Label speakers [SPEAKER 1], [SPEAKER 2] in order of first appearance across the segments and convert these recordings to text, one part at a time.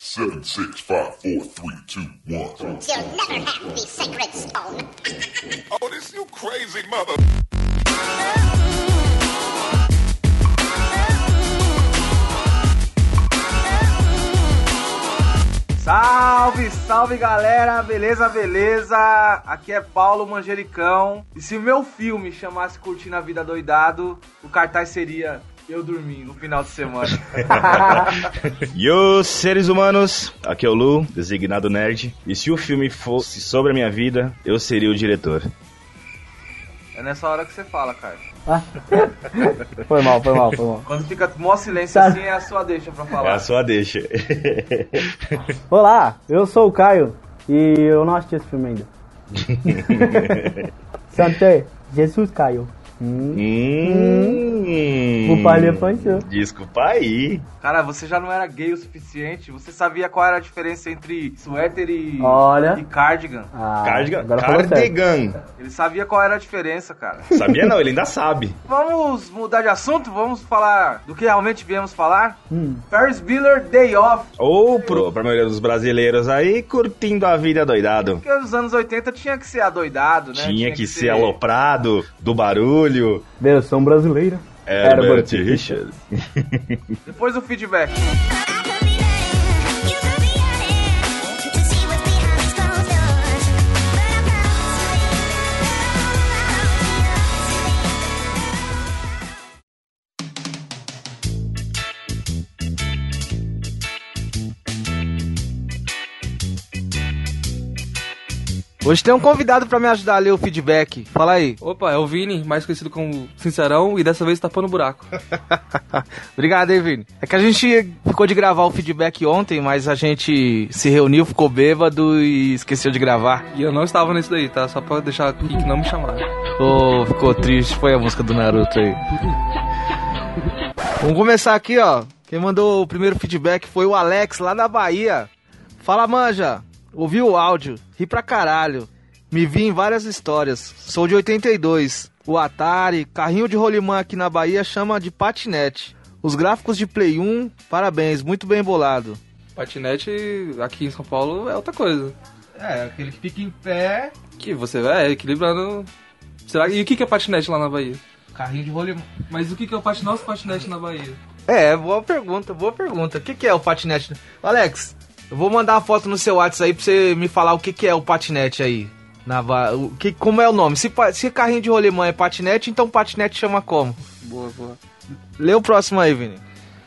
[SPEAKER 1] Seven, six, five, four, three, two, one.
[SPEAKER 2] You'll never have the sacred stone.
[SPEAKER 1] Oh, this you crazy mother.
[SPEAKER 3] Salve, salve galera, beleza, beleza? Aqui é Paulo Manjericão. E se o meu filme chamasse Curtindo a Vida Doidado, o cartaz seria Eu Dormi no final de semana.
[SPEAKER 4] E os seres humanos, aqui é o Lu, designado nerd. E se o filme fosse sobre a minha vida, eu seria o diretor.
[SPEAKER 3] É nessa hora que você fala, cara.
[SPEAKER 5] Foi mal, foi mal, foi mal.
[SPEAKER 3] Quando fica mó silêncio assim, é a sua deixa pra
[SPEAKER 4] É a
[SPEAKER 3] falar.
[SPEAKER 4] sua deixa.
[SPEAKER 5] Olá, eu sou o Caio e eu não assisti esse filme ainda. Santé, Jesus Caio. Hum,
[SPEAKER 4] hum,
[SPEAKER 5] O pai levantou.
[SPEAKER 4] Desculpa aí.
[SPEAKER 3] Cara, você já não era gay o suficiente? Você sabia qual era a diferença entre suéter e,
[SPEAKER 5] Olha.
[SPEAKER 3] e cardigan?
[SPEAKER 5] Ah,
[SPEAKER 4] Cardigan.
[SPEAKER 5] agora falou sério.
[SPEAKER 4] Cardigan.
[SPEAKER 3] Ele sabia qual era a diferença, cara.
[SPEAKER 4] Sabia não, ele ainda sabe.
[SPEAKER 3] Vamos mudar de assunto? Vamos falar do que realmente viemos falar?
[SPEAKER 5] Hum.
[SPEAKER 3] Ferris Bueller Day Off.
[SPEAKER 4] Ou pro, pra maioria dos brasileiros aí, curtindo a vida doidado.
[SPEAKER 3] Porque nos anos 80 tinha que ser adoidado, né?
[SPEAKER 4] Tinha que ser aloprado, do barulho. É,
[SPEAKER 5] Versão brasileira.
[SPEAKER 4] Herbert
[SPEAKER 5] Herbert
[SPEAKER 4] Richard.
[SPEAKER 3] Depois o feedback. Hoje tem um convidado pra me ajudar a ler o feedback. Fala aí.
[SPEAKER 6] Opa, é o Vini, mais conhecido como Sincerão, e dessa vez tapando o buraco.
[SPEAKER 3] Obrigado, hein, Vini. É que a gente ficou de gravar o feedback ontem, mas a gente se reuniu, ficou bêbado e esqueceu de gravar.
[SPEAKER 6] E eu não estava nisso daí, tá? Só pra deixar aqui que não me chamaram.
[SPEAKER 3] Ô, ficou triste. Foi a música do Naruto aí. Vamos começar aqui, ó. Quem mandou o primeiro feedback foi o Alex, lá da Bahia. Fala, manja. Ouvi o áudio. Ri pra caralho. Me vi em várias histórias. Sou de 82. O Atari, carrinho de rolimã aqui na Bahia, chama de patinete. Os gráficos de Play 1, parabéns, muito bem bolado.
[SPEAKER 6] Patinete aqui em São Paulo é outra coisa.
[SPEAKER 7] É, aquele que fica em pé,
[SPEAKER 6] Que você vai equilibrando. Será E o que que é patinete lá na Bahia?
[SPEAKER 7] carrinho de rolimão.
[SPEAKER 6] Mas o que que é o pat... nosso patinete na Bahia?
[SPEAKER 3] É, boa pergunta, boa pergunta. O que, que é o patinete? Alex, eu vou mandar uma foto no seu WhatsApp aí pra você me falar o que, que é o patinete aí. Na, va- o que, como é o nome? Se, pa- se carrinho de rolemã é patinete, então patinete chama como?
[SPEAKER 6] Boa, boa.
[SPEAKER 3] Lê o próximo aí, Vini.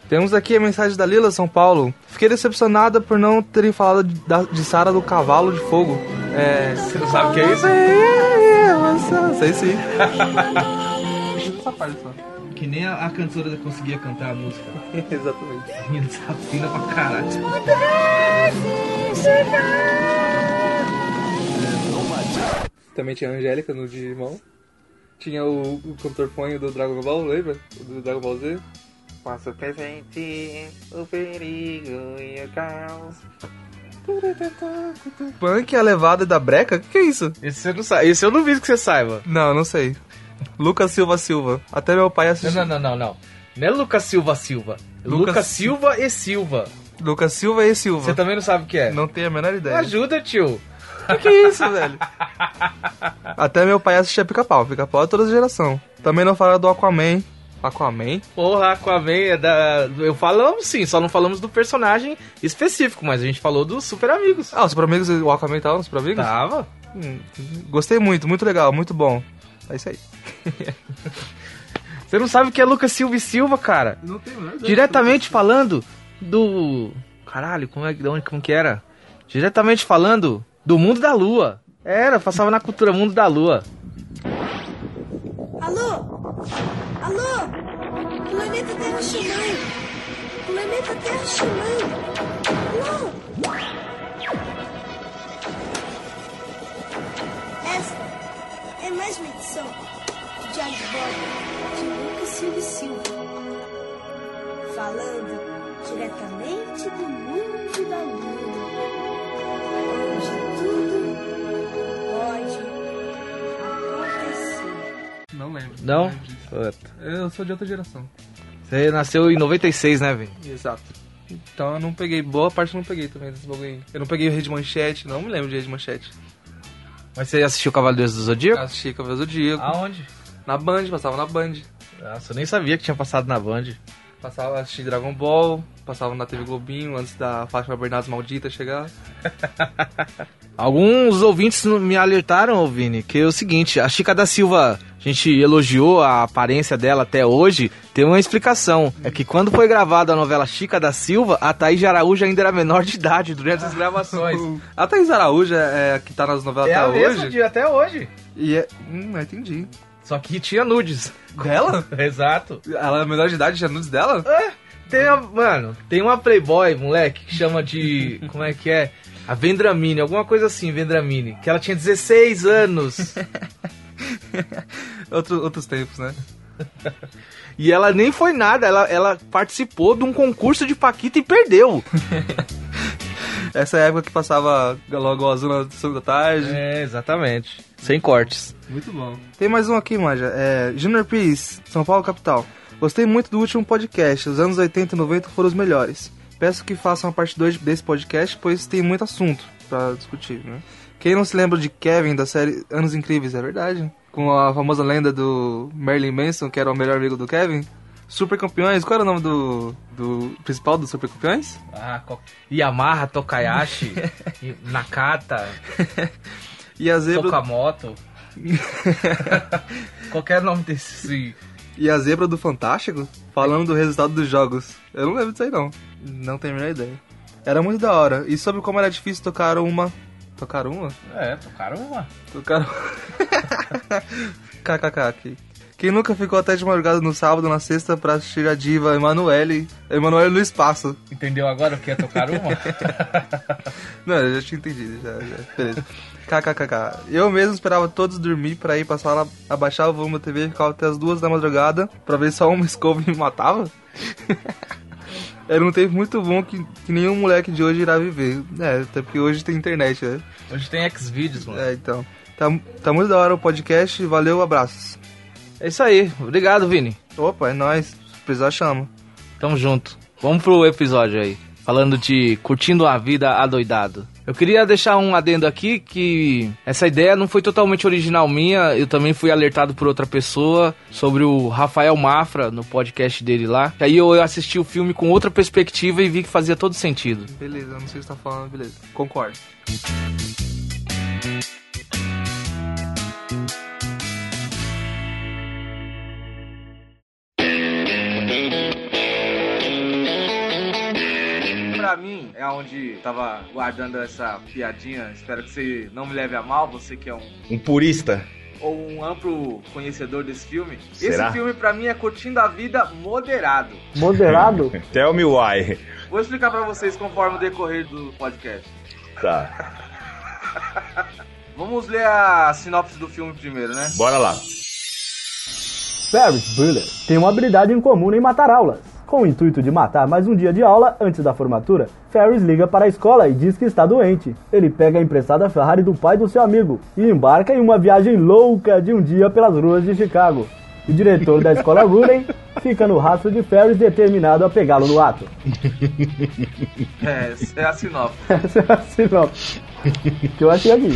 [SPEAKER 6] Temos aqui a mensagem da Lila São Paulo. Fiquei decepcionada por não terem falado de, da- de Sara do Cavalo de Fogo. É. Você não sabe o que é isso?
[SPEAKER 3] é,
[SPEAKER 6] Sei sim. Essa parte só.
[SPEAKER 7] Que nem a, a cantora conseguia cantar a música.
[SPEAKER 6] Exatamente.
[SPEAKER 7] Menino desafina pra caralho.
[SPEAKER 6] Também tinha a Angélica no Digimon. Tinha o, o cantor Ponho do Dragon Ball, lembra? O Do Dragon Ball Z.
[SPEAKER 7] Posso presente o perigo e o caos.
[SPEAKER 3] é
[SPEAKER 6] Punk a levada da breca? Que que é isso?
[SPEAKER 3] Esse, você não sabe, esse eu não vi que você saiba.
[SPEAKER 6] Não, não sei. Lucas Silva Silva. Até meu pai assistiu.
[SPEAKER 3] Não, não, não, não. Não é Lucas Silva Silva. Lucas,
[SPEAKER 6] Lucas
[SPEAKER 3] Silva e Silva.
[SPEAKER 6] Lucas Silva e
[SPEAKER 3] Você
[SPEAKER 6] Silva.
[SPEAKER 3] também não sabe o que é?
[SPEAKER 6] tá Não tenho a menor ideia.
[SPEAKER 3] Ajuda, tio.
[SPEAKER 6] Que que é isso, velho? Até meu pai assistia pica-pau. Pica-pau é toda geração. Também não falaram do Aquaman. Aquaman?
[SPEAKER 3] Porra, Aquaman é da. Eu falamos sim, só não falamos do personagem específico, mas a gente falou dos super amigos.
[SPEAKER 6] Ah, os Super Amigos, o Aquaman tava nos Super Amigos?
[SPEAKER 3] Tava.
[SPEAKER 6] Hum, Gostei muito, muito legal, muito bom. É isso aí.
[SPEAKER 3] Você não sabe o que é Lucas Silva e Silva, cara.
[SPEAKER 7] Não tem mais.
[SPEAKER 3] Diretamente falando do. Caralho, como é que. de onde- Como que era? Diretamente falando do mundo da lua. Era, passava na cultura mundo da lua.
[SPEAKER 8] Alô? Alô? Planeta Terra Xinai! Planeta Terra Xinai! Alô? Essa é mais uma edição de Agora de Lucas Silva e Silva. Falando diretamente do mundo da lua. Onde tudo pode acontecer.
[SPEAKER 6] Não lembro.
[SPEAKER 3] Não?
[SPEAKER 6] lembro disso. Eu sou de outra geração.
[SPEAKER 3] Você nasceu em 96, né, velho?
[SPEAKER 6] Exato. Então eu não peguei, boa parte eu não peguei também desse bagulho aí. Eu não peguei Rede Manchete, não me lembro de Rede Manchete.
[SPEAKER 3] Mas você assistiu Cavaleiros do Zodíaco?
[SPEAKER 6] Assisti Cavaleiro do Zodíaco,
[SPEAKER 3] Aonde?
[SPEAKER 6] na Band, passava na Band.
[SPEAKER 3] Nossa, eu nem sabia que tinha passado na Band.
[SPEAKER 6] Passava, assisti Dragon Ball, passava na TV Globinho antes da Fátima Bernardes maldita chegar.
[SPEAKER 2] Alguns ouvintes me alertaram, Vini, que é o seguinte, a Chica da Silva, a gente elogiou a aparência dela até hoje, tem uma explicação. É que quando foi gravada a novela Chica da Silva, a Thaís de Araújo ainda era menor de idade durante as gravações.
[SPEAKER 6] A Thaís Araújo é, é a que tá nas novelas
[SPEAKER 3] É a
[SPEAKER 6] até
[SPEAKER 3] mesma
[SPEAKER 6] hoje.
[SPEAKER 3] de até hoje.
[SPEAKER 6] E é. Hum, entendi.
[SPEAKER 3] Só que tinha nudes.
[SPEAKER 6] Dela?
[SPEAKER 3] Exato.
[SPEAKER 6] Ela é menor de idade, já nudes dela?
[SPEAKER 3] É, Tem uma, mano, tem uma Playboy, moleque, que chama de. Como é que é? A Vendramini, alguma coisa assim, Vendramini. Que ela tinha 16 anos.
[SPEAKER 6] Outro, outros tempos, né?
[SPEAKER 2] E ela nem foi nada, ela, ela participou de um concurso de Paquita e perdeu.
[SPEAKER 6] Essa é a época que passava logo azul na sessão da tarde.
[SPEAKER 3] é, exatamente.
[SPEAKER 2] Sem cortes.
[SPEAKER 6] Muito bom. Tem mais um aqui, Manja. É, Junior Peace, São Paulo capital. Gostei muito do último podcast. Os anos 80 e 90 foram os melhores. Peço que façam a parte 2 desse podcast, pois tem muito assunto pra discutir, né? Quem não se lembra de Kevin da série Anos Incríveis, é verdade? Com a famosa lenda do Merlin Manson, que era o melhor amigo do Kevin. Super Campeões, qual era o nome do, do principal do Super Campeões?
[SPEAKER 3] Ah, co- Yamaha, Tokayashi, e- Nakata,
[SPEAKER 6] E a zebra,
[SPEAKER 3] Tokamoto. Qualquer nome desse.
[SPEAKER 6] e a zebra do Fantástico falando do resultado dos jogos. Eu não lembro disso aí, não. Não tenho a menor ideia. Era muito da hora. E sobre como era difícil tocar uma. Tocar uma?
[SPEAKER 3] É, tocaram uma.
[SPEAKER 6] Tocar KKK aqui. Quem nunca ficou até de madrugada no sábado, na sexta, pra assistir a diva Emanuele? Emanuele no espaço.
[SPEAKER 3] Entendeu agora o que é tocar uma?
[SPEAKER 6] Não, eu já tinha entendido, já, já. Beleza. KKKK. Eu mesmo esperava todos dormir pra ir pra sala, abaixar o volume da TV e ficava até as duas da madrugada pra ver só uma escova e me matava? Era um tempo muito bom que, que nenhum moleque de hoje irá viver. É, até porque hoje tem internet, né?
[SPEAKER 3] Hoje tem X-Videos, mano.
[SPEAKER 6] É, então. Tá, tá muito da hora o podcast. Valeu, abraços.
[SPEAKER 2] É isso aí. Obrigado, Vini.
[SPEAKER 6] Opa, é nóis. Se precisar, chama.
[SPEAKER 2] Tamo junto. Vamos pro episódio aí. Falando de curtindo a vida adoidado. Eu queria deixar um adendo aqui que essa ideia não foi totalmente original minha. Eu também fui alertado por outra pessoa sobre o Rafael Mafra no podcast dele lá. Aí eu assisti o filme com outra perspectiva e vi que fazia todo sentido.
[SPEAKER 6] Beleza, não sei o que você tá falando, beleza. Concordo.
[SPEAKER 3] Pra mim, é onde tava guardando essa piadinha. Espero que você não me leve a mal, você que é um
[SPEAKER 4] Um purista.
[SPEAKER 3] ou um amplo conhecedor desse filme.
[SPEAKER 4] Será?
[SPEAKER 3] Esse filme pra mim é curtindo a vida moderado.
[SPEAKER 5] Moderado?
[SPEAKER 4] Tell me why.
[SPEAKER 3] Vou explicar pra vocês conforme o decorrer do podcast.
[SPEAKER 4] Tá,
[SPEAKER 3] Vamos ler a sinopse do filme primeiro, né?
[SPEAKER 4] bora lá.
[SPEAKER 5] Ferris Bueller tem uma habilidade incomum em matar aulas. Com o intuito de matar mais um dia de aula antes da formatura, Ferris liga para a escola e diz que está doente. Ele pega a emprestada Ferrari do pai do seu amigo e embarca em uma viagem louca de um dia pelas ruas de Chicago. O diretor da escola Rulen fica no rastro de Ferris determinado a pegá-lo no ato.
[SPEAKER 3] É, essa é a sinopse.
[SPEAKER 5] Essa é a sinopse que eu achei aqui.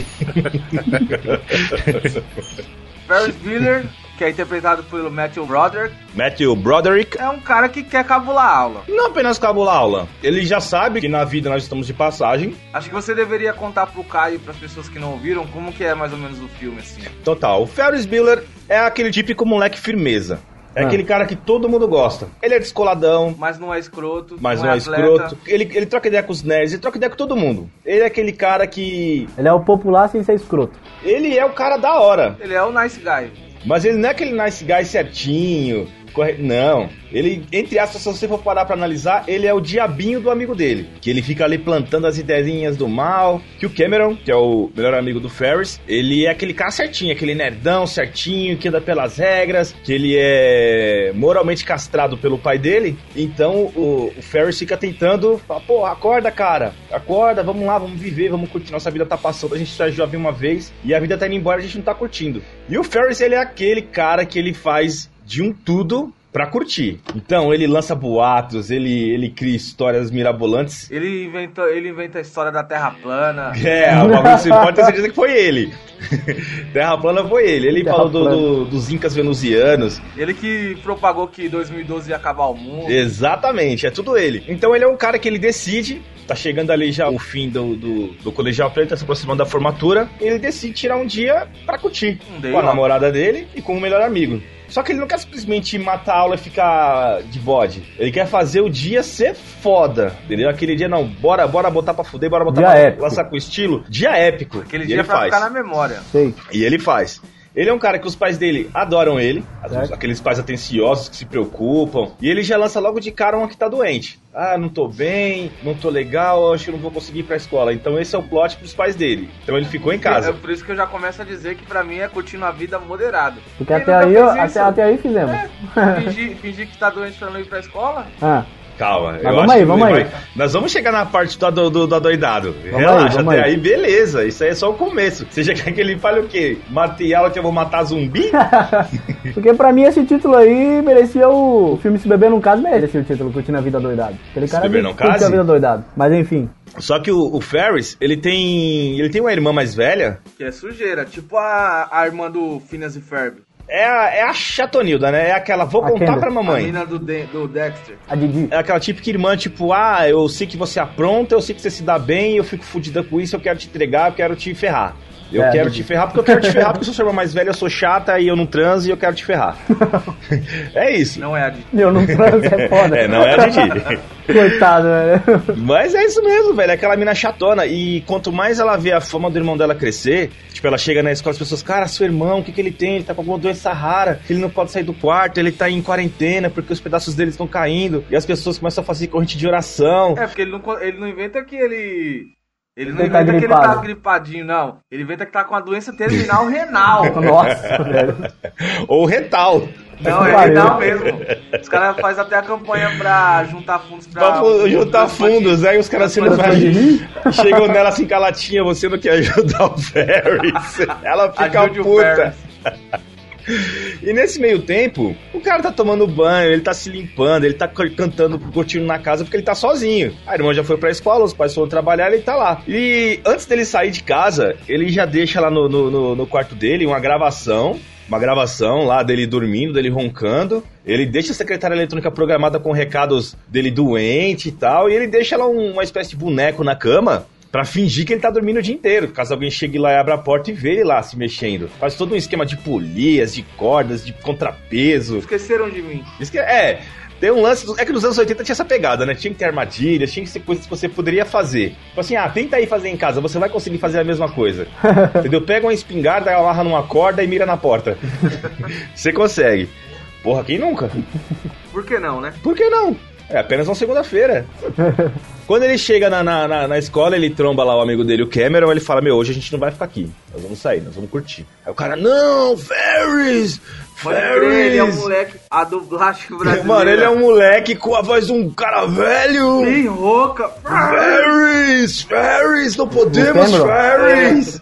[SPEAKER 3] Ferris Bueller, que é interpretado pelo Matthew Broderick,
[SPEAKER 4] Matthew Broderick.
[SPEAKER 3] é um cara que quer cabular a aula.
[SPEAKER 4] Não apenas cabula a aula. Ele já sabe que na vida nós estamos de passagem.
[SPEAKER 3] Acho que você deveria contar pro Caio e pras pessoas que não ouviram como que é mais ou menos o filme, assim.
[SPEAKER 4] Total. Então tá, O Ferris Bueller é aquele típico moleque firmeza. É
[SPEAKER 5] Ah.
[SPEAKER 4] aquele cara que todo mundo gosta. Ele é descoladão,
[SPEAKER 3] Mas não é escroto,
[SPEAKER 4] mas não, é
[SPEAKER 3] atleta.
[SPEAKER 4] escroto. Ele, ele troca ideia com os nerds, ele troca ideia com todo mundo. Ele é aquele cara que.
[SPEAKER 5] Ele é o popular sem ser escroto.
[SPEAKER 4] Ele é o cara da hora.
[SPEAKER 3] Ele é o nice guy.
[SPEAKER 4] Mas ele não é aquele nice guy certinho. corre- Não, ele, entre aspas, se você for parar pra analisar, ele é o diabinho do amigo dele. Que ele fica ali plantando as ideias do mal. Que o Cameron, que é o melhor amigo do Ferris, ele é aquele cara certinho, aquele nerdão certinho, que anda pelas regras, que ele é moralmente castrado pelo pai dele. Então o, o Ferris fica tentando, falar, pô, acorda, cara, acorda, vamos lá, vamos viver, vamos curtir. Nossa vida tá passando, a gente já jovem uma vez e a vida tá indo embora, a gente não tá curtindo. E o Ferris, ele é aquele cara que ele faz de um tudo pra curtir. Então, ele lança boatos, ele, ele cria histórias mirabolantes.
[SPEAKER 3] Ele, inventou, ele inventa a história da Terra plana.
[SPEAKER 4] É, o bagulho se pode ter certeza que foi ele. Terra plana foi ele. Ele
[SPEAKER 5] Terra
[SPEAKER 4] falou do-
[SPEAKER 5] plana.
[SPEAKER 4] do- dos incas venusianos.
[SPEAKER 3] Ele que propagou que 2012 ia acabar o mundo.
[SPEAKER 4] Exatamente, é tudo ele. Então ele é um cara que ele decide, tá chegando ali já o fim do, do, do colegial pra ele, tá se aproximando da formatura, ele decide tirar um dia pra curtir
[SPEAKER 3] Um day
[SPEAKER 4] com a
[SPEAKER 3] off.
[SPEAKER 4] namorada dele e com o melhor amigo. Só que ele não quer simplesmente matar a aula e ficar de bode. Ele quer fazer o dia ser foda, entendeu? Aquele dia não, bora, bora botar pra fuder, bora botar
[SPEAKER 5] Dia
[SPEAKER 4] pra
[SPEAKER 5] épico.
[SPEAKER 4] lançar com estilo. Dia épico.
[SPEAKER 3] Aquele
[SPEAKER 4] E
[SPEAKER 3] dia
[SPEAKER 4] ele
[SPEAKER 3] pra
[SPEAKER 4] faz.
[SPEAKER 3] ficar na memória.
[SPEAKER 5] Sei.
[SPEAKER 4] E ele faz. Ele é um cara que os pais dele adoram ele, as-
[SPEAKER 5] Certo.
[SPEAKER 4] aqueles pais atenciosos que se preocupam, e ele já lança logo de cara uma que tá doente. Ah, não tô bem, não tô legal, acho que não vou conseguir ir pra escola. Então esse é o plot pros pais dele. Então ele ficou em
[SPEAKER 3] É
[SPEAKER 4] casa.
[SPEAKER 3] por isso que eu já começo a dizer que pra mim é curtindo a vida moderada.
[SPEAKER 5] Porque
[SPEAKER 3] Ele nunca
[SPEAKER 5] até aí, ó,
[SPEAKER 3] fez isso.
[SPEAKER 5] até, até aí fizemos.
[SPEAKER 3] Fingir, fingir que tá doente pra não ir pra escola?
[SPEAKER 5] Ah,
[SPEAKER 4] Calma, eu
[SPEAKER 5] vamos
[SPEAKER 4] acho
[SPEAKER 5] aí,
[SPEAKER 4] que
[SPEAKER 5] vamos
[SPEAKER 4] ele
[SPEAKER 5] aí.
[SPEAKER 4] vai- Nós vamos chegar na parte do, ado- do, do adoidado. Relaxa,
[SPEAKER 5] vamos
[SPEAKER 4] até
[SPEAKER 5] aí.
[SPEAKER 4] aí. beleza. Isso aí é só o começo. Você já quer que ele fale o quê? Matei aula que eu vou matar zumbi?
[SPEAKER 5] porque pra mim esse título aí merecia o, o filme Se Beber Não Case, merecia o título Curtindo a Vida Doidado. Aquele
[SPEAKER 4] Se
[SPEAKER 5] cara
[SPEAKER 4] Beber
[SPEAKER 5] ali
[SPEAKER 4] Não
[SPEAKER 5] curte
[SPEAKER 4] Case?
[SPEAKER 5] a Vida Doidado. Mas enfim,
[SPEAKER 4] Só que o, o Ferris, ele tem. ele tem uma irmã mais velha
[SPEAKER 3] Que é sujeira. Tipo a, a irmã do Phineas e Ferb.
[SPEAKER 4] É a, é a chatonilda, né? É aquela, vou
[SPEAKER 5] A
[SPEAKER 4] contar
[SPEAKER 5] Kendall.
[SPEAKER 4] pra
[SPEAKER 3] A
[SPEAKER 4] mamãe.
[SPEAKER 3] menina do, De- do Dexter.
[SPEAKER 5] a Didi.
[SPEAKER 4] É aquela típica irmã, tipo, ah, eu sei que você apronta, eu sei que você se dá bem, eu fico fudida com isso, eu quero te entregar, eu quero te ferrar. Eu
[SPEAKER 5] É,
[SPEAKER 4] quero
[SPEAKER 5] Didi.
[SPEAKER 4] te ferrar porque eu quero te ferrar porque eu sou sua irmã mais velha, eu sou chata e eu não transo e eu quero te ferrar. é isso.
[SPEAKER 3] Não é a de...
[SPEAKER 5] Eu não transo, é foda.
[SPEAKER 4] É, não é a Didi.
[SPEAKER 5] Coitado, né? velho.
[SPEAKER 4] Mas é isso mesmo, velho. É aquela mina chatona. E quanto mais ela vê a fama do irmão dela crescer, tipo, ela chega na escola as pessoas, cara, seu irmão, o que, que ele tem? Ele tá com alguma doença rara, ele não pode sair do quarto, ele tá em quarentena porque os pedaços dele estão caindo. E as pessoas começam a fazer corrente de oração.
[SPEAKER 3] É, porque ele não, co- ele não inventa que ele... Ele não
[SPEAKER 5] Ele tá
[SPEAKER 3] inventa que ele
[SPEAKER 5] gripado.
[SPEAKER 3] tá gripadinho, não. Ele inventa que tá com a doença terminal renal.
[SPEAKER 5] Nossa, velho.
[SPEAKER 4] Ou retal.
[SPEAKER 3] Não, é
[SPEAKER 5] Pariu.
[SPEAKER 3] renal mesmo. Os caras fazem até a campanha pra juntar fundos pra...
[SPEAKER 4] Pra fu- juntar fundos, aí os caras sendo
[SPEAKER 5] Transplante.
[SPEAKER 4] Chegam nela assim com a latinha, você não quer ajudar o Ferris. Ela fica
[SPEAKER 3] Ajude o
[SPEAKER 4] puta.
[SPEAKER 3] Ferris.
[SPEAKER 4] E nesse meio tempo, o cara tá tomando banho, ele tá se limpando, ele tá c- cantando, curtindo na casa porque ele tá sozinho. A irmã já foi pra escola, os pais foram trabalhar, ele tá lá. E antes dele sair de casa, ele já deixa lá no, no, no- no quarto dele uma gravação. Uma gravação lá dele dormindo, dele roncando. Ele deixa a secretária eletrônica programada com recados dele doente e tal. E ele deixa lá um- uma espécie de boneco na cama Pra fingir que ele tá dormindo o dia inteiro. Caso alguém chegue lá e abra a porta e vê ele lá se mexendo. Faz todo um esquema de polias, de cordas, de contrapeso.
[SPEAKER 3] Esqueceram de mim.
[SPEAKER 4] Diz que- é, tem um lance. do- É que nos anos 80 tinha essa pegada, né? Tinha que ter armadilhas, tinha que ser coisas que você poderia fazer. Tipo assim, ah, tenta aí fazer em casa, você vai conseguir fazer a mesma coisa. Entendeu? Pega uma espingarda, amarra numa corda e mira na porta. você consegue. Porra, quem nunca?
[SPEAKER 3] Por que não, né?
[SPEAKER 4] Por que não? É apenas uma segunda-feira. Quando ele chega na, na, na- na escola, ele tromba lá o amigo dele, o Cameron, ele fala, meu, hoje a gente não vai ficar aqui. Nós vamos sair, nós vamos curtir. Aí o cara, não, Ferris!
[SPEAKER 3] Pode crer, ele é um
[SPEAKER 4] Ferris!
[SPEAKER 3] moleque. A dublagem brasileira.
[SPEAKER 4] Mano, ele é um moleque com a voz de um cara velho!
[SPEAKER 3] Bem rouca.
[SPEAKER 4] Ferris! Ferris! Não podemos,
[SPEAKER 5] Cameron.
[SPEAKER 4] Ferris!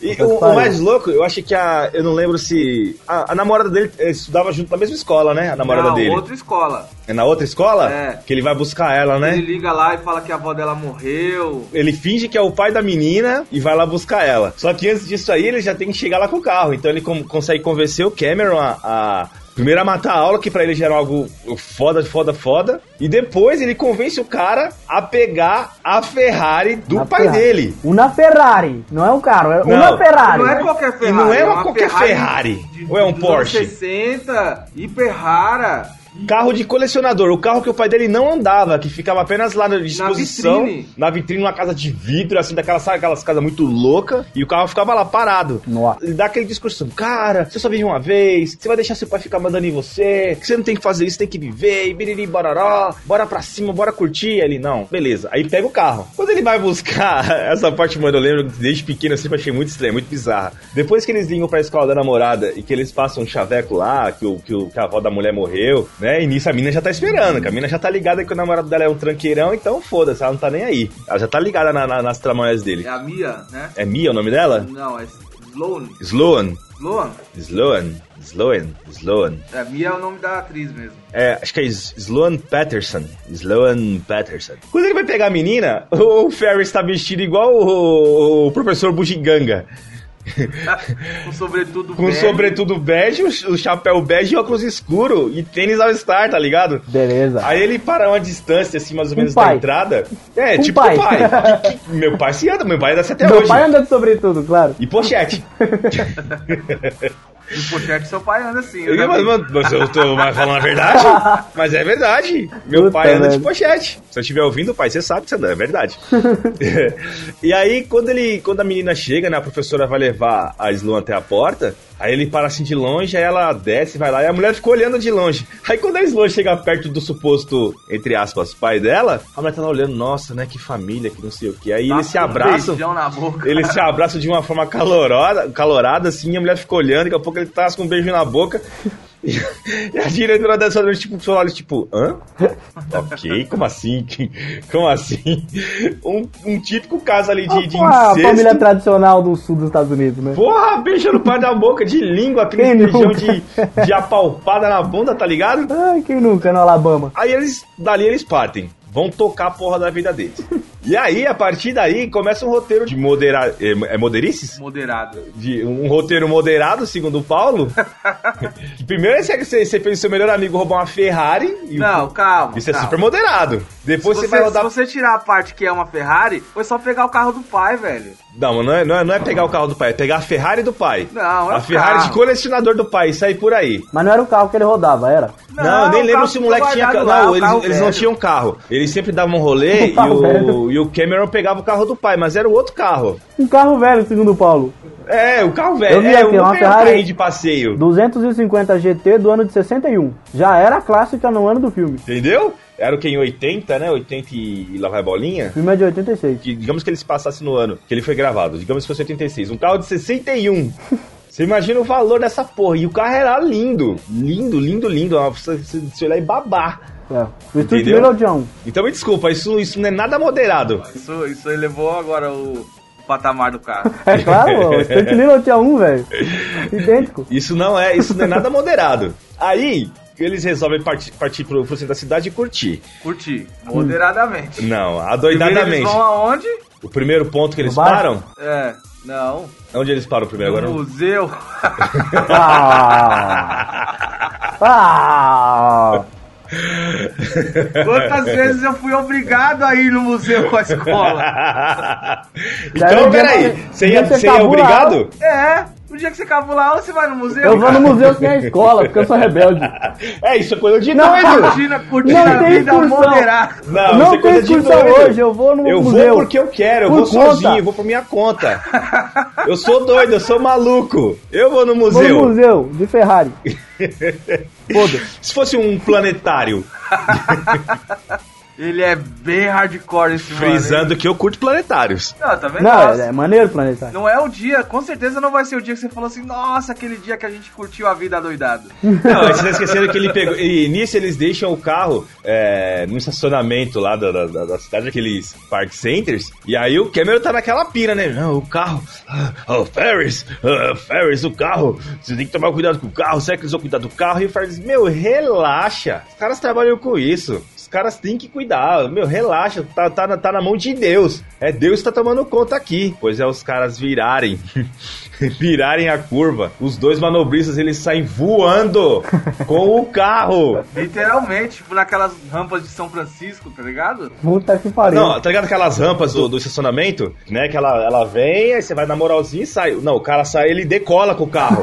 [SPEAKER 4] E o,
[SPEAKER 5] Otário.
[SPEAKER 4] o mais louco, eu acho que a. Eu não lembro se. A, a namorada dele eh, estudava junto na mesma escola, né? A namorada
[SPEAKER 3] não,
[SPEAKER 4] dele.
[SPEAKER 3] outra escola.
[SPEAKER 4] É na outra escola?
[SPEAKER 3] É.
[SPEAKER 4] Que ele vai buscar ela, né?
[SPEAKER 3] Ele liga lá e fala que a avó dela morreu.
[SPEAKER 4] Ele finge que é o pai da menina e vai lá buscar ela. Só que antes disso aí, ele já tem que chegar lá com o carro. Então ele com- consegue convencer o Cameron a. a- Primeiro a matar a aula, que pra ele já era algo foda, foda, foda. E depois ele convence o cara a pegar a Ferrari do
[SPEAKER 5] Uma
[SPEAKER 4] pai
[SPEAKER 5] Ferrari.
[SPEAKER 4] dele.
[SPEAKER 5] Uma Ferrari. Não é um carro, é uma
[SPEAKER 4] Não.
[SPEAKER 5] Ferrari.
[SPEAKER 3] Não é qualquer Ferrari.
[SPEAKER 4] não é uma
[SPEAKER 3] uma
[SPEAKER 4] qualquer Ferrari.
[SPEAKER 3] de-
[SPEAKER 4] Ou é um
[SPEAKER 3] dos
[SPEAKER 4] Porsche?
[SPEAKER 3] anos 60, hiper rara.
[SPEAKER 4] Carro de colecionador, o carro que o pai dele não andava, que ficava apenas lá na disposição, na
[SPEAKER 3] vitrine.
[SPEAKER 4] vitrine, numa casa de vidro, assim, daquela, sabe, aquelas casas muito louca, e o carro ficava lá parado.
[SPEAKER 5] Nossa.
[SPEAKER 4] Ele dá aquele discurso, cara, você só vive uma vez, você vai deixar seu pai ficar mandando em você, que você não tem que fazer isso, tem que viver, e biriri, bororó, bora pra cima, bora curtir. Ele, não, beleza. Aí pega o carro. Quando ele vai buscar, essa parte, mano, eu lembro que desde pequeno eu sempre achei muito estranho, muito bizarra. Depois que eles ligam pra escola da namorada e que eles passam um chaveco lá, que, o, que, o, que a avó da mulher morreu, né? E nisso a mina já tá esperando, que a mina já tá ligada que o namorado dela é um tranqueirão, então foda-se, ela não tá nem aí. Ela já tá ligada na- na- nas tramanhas dele.
[SPEAKER 3] É a Mia, né?
[SPEAKER 4] É Mia o nome dela?
[SPEAKER 3] Não, é Sloan.
[SPEAKER 4] Sloan.
[SPEAKER 3] Sloan?
[SPEAKER 4] Sloan. Sloan, Sloan.
[SPEAKER 3] A Mia é o nome da atriz mesmo.
[SPEAKER 4] É, acho que é S- Sloan Patterson. Sloan Patterson. Quando ele vai pegar a menina, o Ferris tá vestido igual o, o professor Bugiganga.
[SPEAKER 3] Com sobretudo
[SPEAKER 4] Com
[SPEAKER 3] bege.
[SPEAKER 4] sobretudo bege, o o chapéu bege e óculos escuro. E tênis all star, tá ligado?
[SPEAKER 5] Beleza.
[SPEAKER 4] Aí ele para a uma distância, assim, mais ou
[SPEAKER 5] Um
[SPEAKER 4] menos da
[SPEAKER 5] pai.
[SPEAKER 4] entrada. É,
[SPEAKER 5] Um
[SPEAKER 4] tipo
[SPEAKER 5] pai.
[SPEAKER 4] o pai. Que- que- meu pai se anda, meu pai anda até
[SPEAKER 5] Meu
[SPEAKER 4] hoje.
[SPEAKER 5] pai anda de sobretudo, claro.
[SPEAKER 4] E pochete.
[SPEAKER 3] E pochete seu pai anda assim.
[SPEAKER 4] Eu,
[SPEAKER 3] já
[SPEAKER 4] mas,
[SPEAKER 3] vi.
[SPEAKER 4] mano, mas eu tô mas falando a verdade. Mas é verdade. Meu
[SPEAKER 5] Puta
[SPEAKER 4] pai anda de
[SPEAKER 5] merda.
[SPEAKER 4] pochete. Se eu estiver ouvindo, pai, você sabe que você anda, é verdade. e aí, quando ele. Quando a menina chega, né? A professora vai levar a Sloan até a porta. Aí ele para assim de longe, aí ela desce, vai lá, e a mulher ficou olhando de longe. Aí quando a Sloan chega perto do suposto, entre aspas, pai dela, a mulher tá lá olhando, nossa, né, que família, que não sei o que. Aí eles se
[SPEAKER 3] Tá com um
[SPEAKER 4] abraçam.
[SPEAKER 3] beijão na boca.
[SPEAKER 4] Ele se abraça de uma forma calorosa, calorada, assim, a mulher fica olhando, daqui a pouco ele tasca um beijo na boca. E e a diretora dessa vez, tipo, só olha, tipo, hã? Ok, como assim? Como assim? Um, um típico caso ali de, de
[SPEAKER 5] Ah, a família
[SPEAKER 4] incesto.
[SPEAKER 5] tradicional do sul dos Estados Unidos, né?
[SPEAKER 4] Porra, beijo no pai da boca, de língua, aquele
[SPEAKER 5] Quem
[SPEAKER 4] beijão
[SPEAKER 5] nunca?
[SPEAKER 4] de, de apalpada na bunda, tá ligado?
[SPEAKER 5] Ai, quem nunca no Alabama?
[SPEAKER 4] Aí eles, dali eles partem. Vão tocar a porra da vida deles. E aí, a partir daí, começa um roteiro de moderar... É, é moderices?
[SPEAKER 3] Moderado.
[SPEAKER 4] de um roteiro moderado, segundo o Paulo. Que Primeiro você, você você fez o seu melhor amigo roubar uma Ferrari. E
[SPEAKER 3] Não, calma.
[SPEAKER 4] Isso é
[SPEAKER 3] calma.
[SPEAKER 4] super moderado. Depois
[SPEAKER 3] Se
[SPEAKER 4] você, vai rodar.
[SPEAKER 3] Se você tirar a parte que é uma Ferrari, foi só pegar o carro do pai, velho.
[SPEAKER 4] Não, mas não é, não, é, não é pegar o carro do pai, é pegar a Ferrari do pai.
[SPEAKER 3] Não, é
[SPEAKER 4] A
[SPEAKER 3] o
[SPEAKER 4] Ferrari
[SPEAKER 3] carro.
[SPEAKER 4] de colecionador do pai, isso aí por aí.
[SPEAKER 5] Mas não era o carro que ele rodava, era?
[SPEAKER 4] Não, eu nem
[SPEAKER 3] o
[SPEAKER 4] lembro
[SPEAKER 3] carro
[SPEAKER 4] se o
[SPEAKER 3] ficou
[SPEAKER 4] moleque tinha.
[SPEAKER 3] guardado
[SPEAKER 4] carro.
[SPEAKER 3] lá,
[SPEAKER 4] Não,
[SPEAKER 3] o
[SPEAKER 4] eles,
[SPEAKER 3] carro
[SPEAKER 4] eles não
[SPEAKER 3] velho.
[SPEAKER 4] tinham carro. Eles sempre davam um rolê
[SPEAKER 5] O
[SPEAKER 4] e,
[SPEAKER 5] carro
[SPEAKER 4] o,
[SPEAKER 5] velho.
[SPEAKER 4] e o Cameron pegava o carro do pai, mas era o outro carro.
[SPEAKER 5] Um carro velho, segundo o Paulo.
[SPEAKER 4] É, o carro velho.
[SPEAKER 5] Eu vi
[SPEAKER 4] é,
[SPEAKER 5] aqui,
[SPEAKER 4] o
[SPEAKER 5] uma
[SPEAKER 4] meu
[SPEAKER 5] Ferrari-
[SPEAKER 4] carrinho de passeio.
[SPEAKER 5] 250 GT do ano de 61. Já era clássica no ano do filme.
[SPEAKER 4] Entendeu? Era o que em 80, né? 80 e lá vai bolinha.
[SPEAKER 5] O filme é de 86.
[SPEAKER 4] que- digamos que ele se passasse no ano que ele foi gravado, digamos que fosse 86, um carro de 61. Você imagina o valor dessa porra. E o carro era lindo. Lindo, lindo, lindo. Ó, Você você- você olhar e babar.
[SPEAKER 5] É. O Street
[SPEAKER 4] Entendeu?
[SPEAKER 5] Miller de um.
[SPEAKER 4] Então me desculpa, isso, isso não é nada moderado.
[SPEAKER 3] Isso, isso elevou agora o patamar do carro.
[SPEAKER 5] É claro, o Street Little tinha um, velho. Idêntico.
[SPEAKER 4] Isso não é, isso não é nada moderado. Aí, eles resolvem partir, partir pro, pro centro da cidade e curtir.
[SPEAKER 3] Curti. Moderadamente.
[SPEAKER 4] Não,
[SPEAKER 3] Primeiro eles
[SPEAKER 4] adoidadamente.
[SPEAKER 3] vão aonde?
[SPEAKER 4] O primeiro ponto que eles
[SPEAKER 5] bar?
[SPEAKER 4] param.
[SPEAKER 3] É, não.
[SPEAKER 4] Onde eles param primeiro? Agora
[SPEAKER 3] no
[SPEAKER 4] não.
[SPEAKER 3] museu.
[SPEAKER 5] Ah! Ah!
[SPEAKER 3] Quantas vezes eu fui obrigado a ir no museu com a escola?
[SPEAKER 4] então,
[SPEAKER 5] Daí,
[SPEAKER 4] peraí.
[SPEAKER 5] dia-
[SPEAKER 4] Você
[SPEAKER 5] dia
[SPEAKER 4] ia-
[SPEAKER 5] que você
[SPEAKER 4] você ia
[SPEAKER 5] acabou a
[SPEAKER 4] obrigado?
[SPEAKER 3] É, no dia que você acabou lá, você vai no museu?
[SPEAKER 5] Eu vou no museu sem a escola, porque eu sou rebelde.
[SPEAKER 4] É, isso é coisa de
[SPEAKER 5] Não,
[SPEAKER 4] doido.
[SPEAKER 3] Curtindo, curtindo
[SPEAKER 5] Não
[SPEAKER 3] a
[SPEAKER 5] tem
[SPEAKER 3] vida
[SPEAKER 5] excursão.
[SPEAKER 3] moderada.
[SPEAKER 5] Não,
[SPEAKER 4] isso é
[SPEAKER 5] tem
[SPEAKER 4] coisa de
[SPEAKER 5] excursão
[SPEAKER 4] doido.
[SPEAKER 5] hoje, eu vou no
[SPEAKER 4] Eu
[SPEAKER 5] museu.
[SPEAKER 4] vou porque eu quero, eu
[SPEAKER 5] Por
[SPEAKER 4] vou
[SPEAKER 5] conta.
[SPEAKER 4] sozinho, eu vou por minha conta. Eu sou doido, eu sou maluco. Eu vou no
[SPEAKER 5] Vou
[SPEAKER 4] museu.
[SPEAKER 5] no museu de Ferrari. Foda-se.
[SPEAKER 4] Se fosse um planetário,
[SPEAKER 3] Ele é bem hardcore esse mano.
[SPEAKER 4] frisando que eu curto planetários.
[SPEAKER 3] Não, tá vendo?
[SPEAKER 5] Não,
[SPEAKER 3] Nossa.
[SPEAKER 5] é, é maneiro planetário.
[SPEAKER 3] Não é o dia, com certeza não vai ser o dia que você falou assim, nossa, aquele dia que a gente curtiu a vida doidado.
[SPEAKER 4] Não, vocês tá esquecendo que ele pegou. E nisso eles deixam o carro é, no estacionamento lá da, da- da- da cidade, aqueles park centers. E aí o Cameron tá naquela pira, né? Não, o carro. ah, O Ferris, ah, Ferris, o carro. Você tem que tomar cuidado com o carro. Será que eles vão cuidar do carro? E o Ferris, meu, relaxa. Os caras trabalham com isso. Os caras têm que cuidar. Meu, relaxa. Tá, tá, na, tá na mão de Deus. É Deus que tá tomando conta aqui. Pois é, os caras virarem. virarem a curva. Os dois manobristas, eles saem voando com o carro.
[SPEAKER 3] Literalmente, tipo naquelas rampas de São Francisco, tá ligado?
[SPEAKER 5] Puta que pariu.
[SPEAKER 4] Não, tá ligado aquelas rampas do, do estacionamento, né? Que ela, ela vem, aí você vai na moralzinha e sai. Não, o cara sai, ele decola com o carro.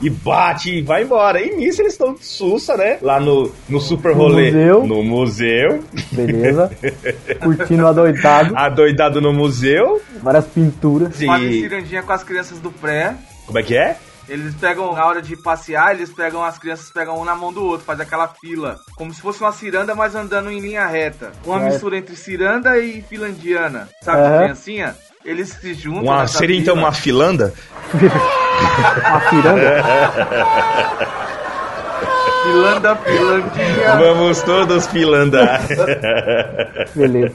[SPEAKER 4] e bate e vai embora. E nisso eles estão sussa, né? Lá no, no super rolê.
[SPEAKER 5] museu.
[SPEAKER 4] No museu.
[SPEAKER 5] Beleza. Curtindo adoitado.
[SPEAKER 4] Adoidado no museu.
[SPEAKER 5] Várias pinturas.
[SPEAKER 3] Fazem
[SPEAKER 4] E...
[SPEAKER 3] cirandinha com as crianças do pré.
[SPEAKER 4] Como é que é?
[SPEAKER 3] Eles pegam, na hora de passear, eles pegam as crianças, pegam um na mão do outro, faz aquela fila. Como se fosse uma ciranda, mas andando em linha reta.
[SPEAKER 4] É.
[SPEAKER 3] Uma
[SPEAKER 5] Certo.
[SPEAKER 3] mistura entre ciranda e filandiana. Sabe,
[SPEAKER 5] Aham.
[SPEAKER 3] de criancinha? Eles se juntam.
[SPEAKER 4] Uma,
[SPEAKER 3] nessa
[SPEAKER 4] seria então
[SPEAKER 3] fila.
[SPEAKER 4] uma filanda?
[SPEAKER 5] A piranga.
[SPEAKER 3] Filanda, filandinha.
[SPEAKER 4] Vamos todos filandar.
[SPEAKER 5] Beleza.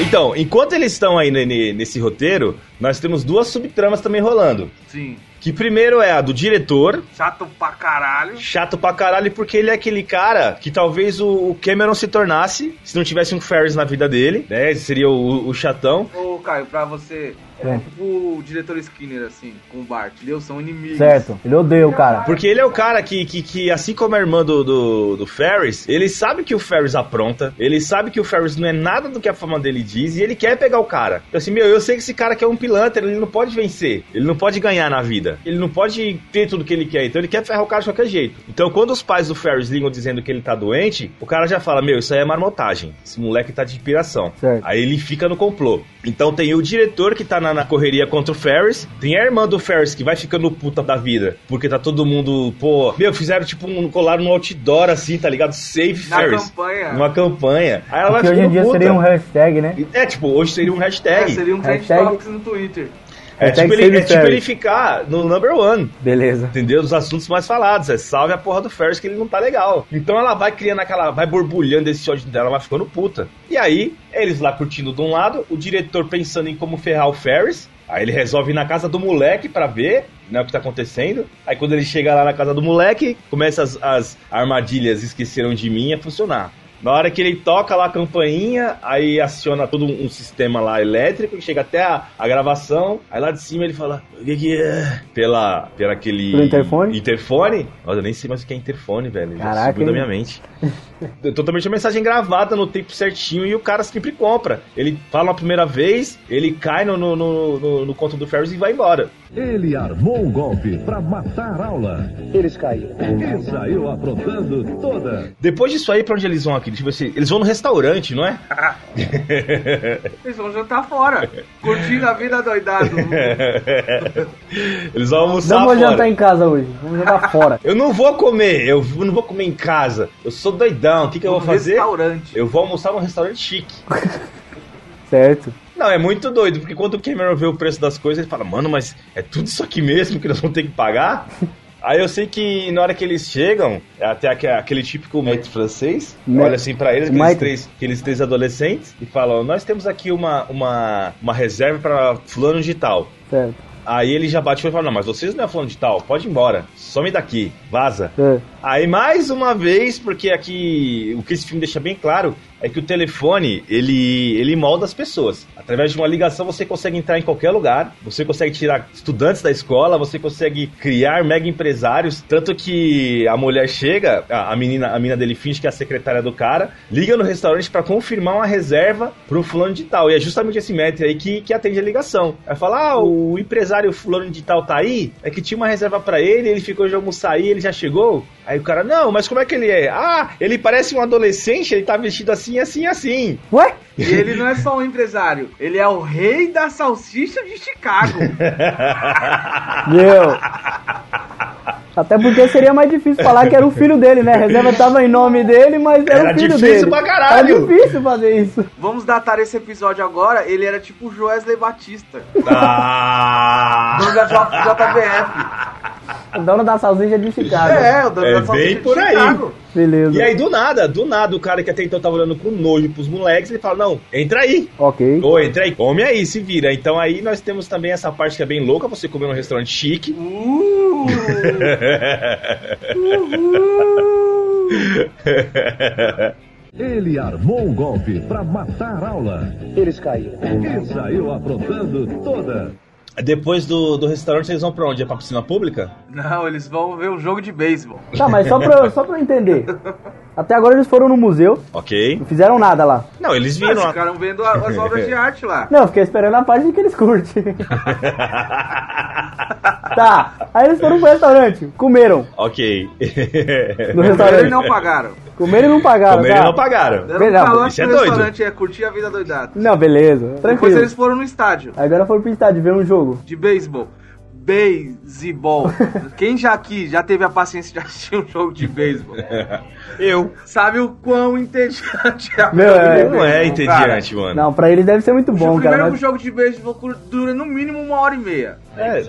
[SPEAKER 4] Então, enquanto eles estão aí ne- ne- nesse roteiro, nós temos duas subtramas também rolando.
[SPEAKER 3] Sim.
[SPEAKER 4] Que primeiro é a do diretor,
[SPEAKER 3] Chato pra caralho.
[SPEAKER 4] chato pra caralho, porque ele é aquele cara que talvez o o Cameron se tornasse, se não tivesse um Ferris na vida dele, né? Esse Seria o, o chatão.
[SPEAKER 3] Ô, Caio, pra você, é,
[SPEAKER 5] É.
[SPEAKER 3] tipo o diretor Skinner, assim, com o Bart. Eles são inimigos.
[SPEAKER 5] Certo, ele odeia o cara.
[SPEAKER 4] Porque ele é o cara que, que, que, assim como a irmã do, do, do Ferris, ele sabe que o Ferris apronta, ele sabe que o Ferris não é nada do que a fama dele diz e ele quer pegar o cara. Então assim, meu, eu sei que esse cara aqui é um pilantra, ele não pode vencer, ele não pode ganhar na vida, ele não pode ter tudo que ele quer, então ele quer ferrar o cara de qualquer jeito. Então quando os pais do Ferris ligam dizendo que ele tá doente, o cara já fala, meu, isso aí é marmotagem, esse moleque tá de inspiração.
[SPEAKER 5] Certo.
[SPEAKER 4] Aí ele fica no complô. Então tem o diretor que tá na, na correria contra o Ferris, tem a irmã do Ferris que vai ficando puta da vida, porque tá todo mundo, pô, meu, fizeram tipo um colar no outdoor assim, tá ligado? Save
[SPEAKER 3] Na
[SPEAKER 4] Ferris.
[SPEAKER 3] campanha.
[SPEAKER 4] Uma campanha. Aí ela vai
[SPEAKER 5] Que hoje em
[SPEAKER 4] ficando
[SPEAKER 5] dia
[SPEAKER 4] puta.
[SPEAKER 5] seria um hashtag, né?
[SPEAKER 4] É, tipo, hoje seria um
[SPEAKER 3] É,
[SPEAKER 4] hashtag.
[SPEAKER 3] seria um trend
[SPEAKER 5] Hashtag-
[SPEAKER 3] topics no Twitter.
[SPEAKER 4] É,
[SPEAKER 5] hashtag
[SPEAKER 4] tipo, ele, é
[SPEAKER 5] Save
[SPEAKER 4] tipo
[SPEAKER 5] Ferris.
[SPEAKER 4] ele ficar no number one.
[SPEAKER 5] Beleza.
[SPEAKER 4] Entendeu? Dos assuntos mais falados. É salve a porra do Ferris que ele não tá legal. Então ela vai criando aquela. Vai borbulhando esse ódio dela, vai ficando puta. E aí, eles lá curtindo de um lado, o diretor pensando em como ferrar o Ferris. Aí ele resolve ir na casa do moleque pra ver né, o que tá acontecendo. Aí quando ele chega lá na casa do moleque, começa as, as armadilhas esqueceram de mim a funcionar. Na hora que ele toca lá a campainha, aí aciona todo um um sistema lá elétrico, que chega até a, a gravação, aí lá de cima ele fala, o que que é? Pela, pela aquele...
[SPEAKER 5] Pelo interfone?
[SPEAKER 4] Interfone? Nossa, eu nem sei mais o que é interfone, velho. Já
[SPEAKER 5] Caraca,
[SPEAKER 4] subiu da
[SPEAKER 5] hein?
[SPEAKER 4] minha mente. Eu Totalmente a mensagem gravada no tempo certinho e o cara sempre compra. Ele fala a primeira vez, ele cai no, no, no, no- no conto do Ferris e vai embora.
[SPEAKER 9] Ele armou o golpe para matar aula.
[SPEAKER 5] Eles caíram.
[SPEAKER 9] E saiu aprontando toda.
[SPEAKER 4] Depois disso aí, pra onde eles vão aqui? Deixa eu ver se... Eles vão no restaurante, não é?
[SPEAKER 3] Eles vão jantar tá fora, curtindo a vida doidado.
[SPEAKER 4] Eles vão almoçar
[SPEAKER 5] Não vou
[SPEAKER 4] fora.
[SPEAKER 5] jantar em casa hoje, vamos jantar fora.
[SPEAKER 4] Eu não vou comer, eu não vou comer em casa. Eu sou doidão, o que, que eu vou
[SPEAKER 3] Num
[SPEAKER 4] fazer?
[SPEAKER 3] Restaurante.
[SPEAKER 4] Eu vou almoçar num restaurante chique.
[SPEAKER 5] Certo.
[SPEAKER 4] Não, é muito doido, porque quando o Cameron vê o preço das coisas, ele fala, mano, mas é tudo isso aqui mesmo que nós vamos ter que pagar? Aí eu sei que na hora que eles chegam, é até aque- aquele típico mate francês,
[SPEAKER 5] Ma-
[SPEAKER 4] olha assim pra eles, aqueles
[SPEAKER 5] Mike.
[SPEAKER 4] três, aqueles três adolescentes, e falam, nós temos aqui uma, uma, uma reserva pra fulano de tal.
[SPEAKER 5] Certo.
[SPEAKER 4] Aí ele já bateu e falou, não, mas vocês não é fulano de tal, pode ir embora, some daqui, vaza.
[SPEAKER 5] É.
[SPEAKER 4] Aí mais uma vez, porque aqui o que esse filme deixa bem claro é que o telefone ele, ele molda as pessoas. Através de uma ligação você consegue entrar em qualquer lugar, você consegue tirar estudantes da escola, você consegue criar mega empresários. Tanto que a mulher chega, a, a menina a menina dele finge que é a secretária do cara, liga no restaurante pra confirmar uma reserva pro fulano de tal. E é justamente esse método aí que, que atende a ligação. Aí fala: ah, o empresário fulano de tal tá aí, é que tinha uma reserva pra ele, ele ficou de almoçar aí, ele já chegou. Aí o cara, não, mas como é que ele é? Ah, ele parece um adolescente, ele tá vestido assim, assim, assim.
[SPEAKER 5] Ué?
[SPEAKER 3] E ele não é só um empresário, ele é o rei da salsicha de Chicago.
[SPEAKER 5] Meu. Até porque seria mais difícil falar que era o filho dele, né? A reserva tava em nome dele, mas era,
[SPEAKER 4] Era
[SPEAKER 5] o filho
[SPEAKER 4] difícil
[SPEAKER 5] dele.
[SPEAKER 4] pra caralho.
[SPEAKER 5] Era difícil fazer isso.
[SPEAKER 3] Vamos datar esse episódio agora, ele era tipo o Joesley Batista,
[SPEAKER 4] Ah,
[SPEAKER 3] dono da J- JBF.
[SPEAKER 5] O dono da salsicha de Chicago.
[SPEAKER 3] É, o dono
[SPEAKER 4] É
[SPEAKER 3] da salsicha
[SPEAKER 4] bem
[SPEAKER 3] de
[SPEAKER 4] por aí.
[SPEAKER 3] Chicago.
[SPEAKER 5] Beleza.
[SPEAKER 4] E aí, do nada, do nada, o cara que até então tava olhando com nojo pros moleques, ele fala: não, entra aí.
[SPEAKER 5] Ok.
[SPEAKER 4] Ô, entra aí, come aí, se vira. Então aí nós temos também essa parte que é bem louca, você comer num restaurante chique.
[SPEAKER 3] Uh,
[SPEAKER 4] Uhum.
[SPEAKER 9] Ele armou o golpe para matar aula.
[SPEAKER 5] Eles caíram.
[SPEAKER 9] E saiu aprontando toda.
[SPEAKER 4] Depois do, do restaurante, eles vão pra onde? É pra piscina pública?
[SPEAKER 3] não, eles vão ver um jogo de beisebol.
[SPEAKER 5] Tá, mas só pra, eu- só pra eu entender. Até agora eles foram no museu,
[SPEAKER 4] Ok.
[SPEAKER 5] não fizeram nada lá.
[SPEAKER 4] Não, eles
[SPEAKER 3] Eles
[SPEAKER 4] viram. a-
[SPEAKER 3] ficaram vendo a- as obras de arte lá.
[SPEAKER 5] Não, eu fiquei esperando a parte que eles curtem. tá, aí eles foram pro restaurante, comeram.
[SPEAKER 4] Ok.
[SPEAKER 5] No
[SPEAKER 3] Primeiro
[SPEAKER 5] restaurante.
[SPEAKER 3] Eles não pagaram.
[SPEAKER 5] Comeram e não pagaram,
[SPEAKER 4] Comer e
[SPEAKER 5] tá?
[SPEAKER 4] não pagaram.
[SPEAKER 3] Era um
[SPEAKER 5] Verdade,
[SPEAKER 3] calor
[SPEAKER 4] isso é
[SPEAKER 3] pro
[SPEAKER 4] doido.
[SPEAKER 3] restaurante, é curtir a vida doidada.
[SPEAKER 5] Não, beleza.
[SPEAKER 3] Depois
[SPEAKER 5] Tranquilo.
[SPEAKER 3] eles foram no estádio
[SPEAKER 5] Agora foram pro estádio ver um jogo.
[SPEAKER 3] de beisebol. Beisebol. Quem já aqui já teve a paciência de assistir um jogo de beisebol?
[SPEAKER 4] Eu.
[SPEAKER 3] Sabe o quão entediante é a
[SPEAKER 5] Meu,
[SPEAKER 3] vida de
[SPEAKER 5] é.
[SPEAKER 3] beisebol,
[SPEAKER 4] Não é
[SPEAKER 3] cara. Tipo,
[SPEAKER 4] entediante, mano.
[SPEAKER 5] Não, pra eles deve ser muito
[SPEAKER 3] é o
[SPEAKER 5] bom,
[SPEAKER 3] primeiro
[SPEAKER 5] cara.
[SPEAKER 3] que o
[SPEAKER 5] mas-
[SPEAKER 3] jogo de beisebol cur- dura no mínimo uma hora e meia.
[SPEAKER 4] É,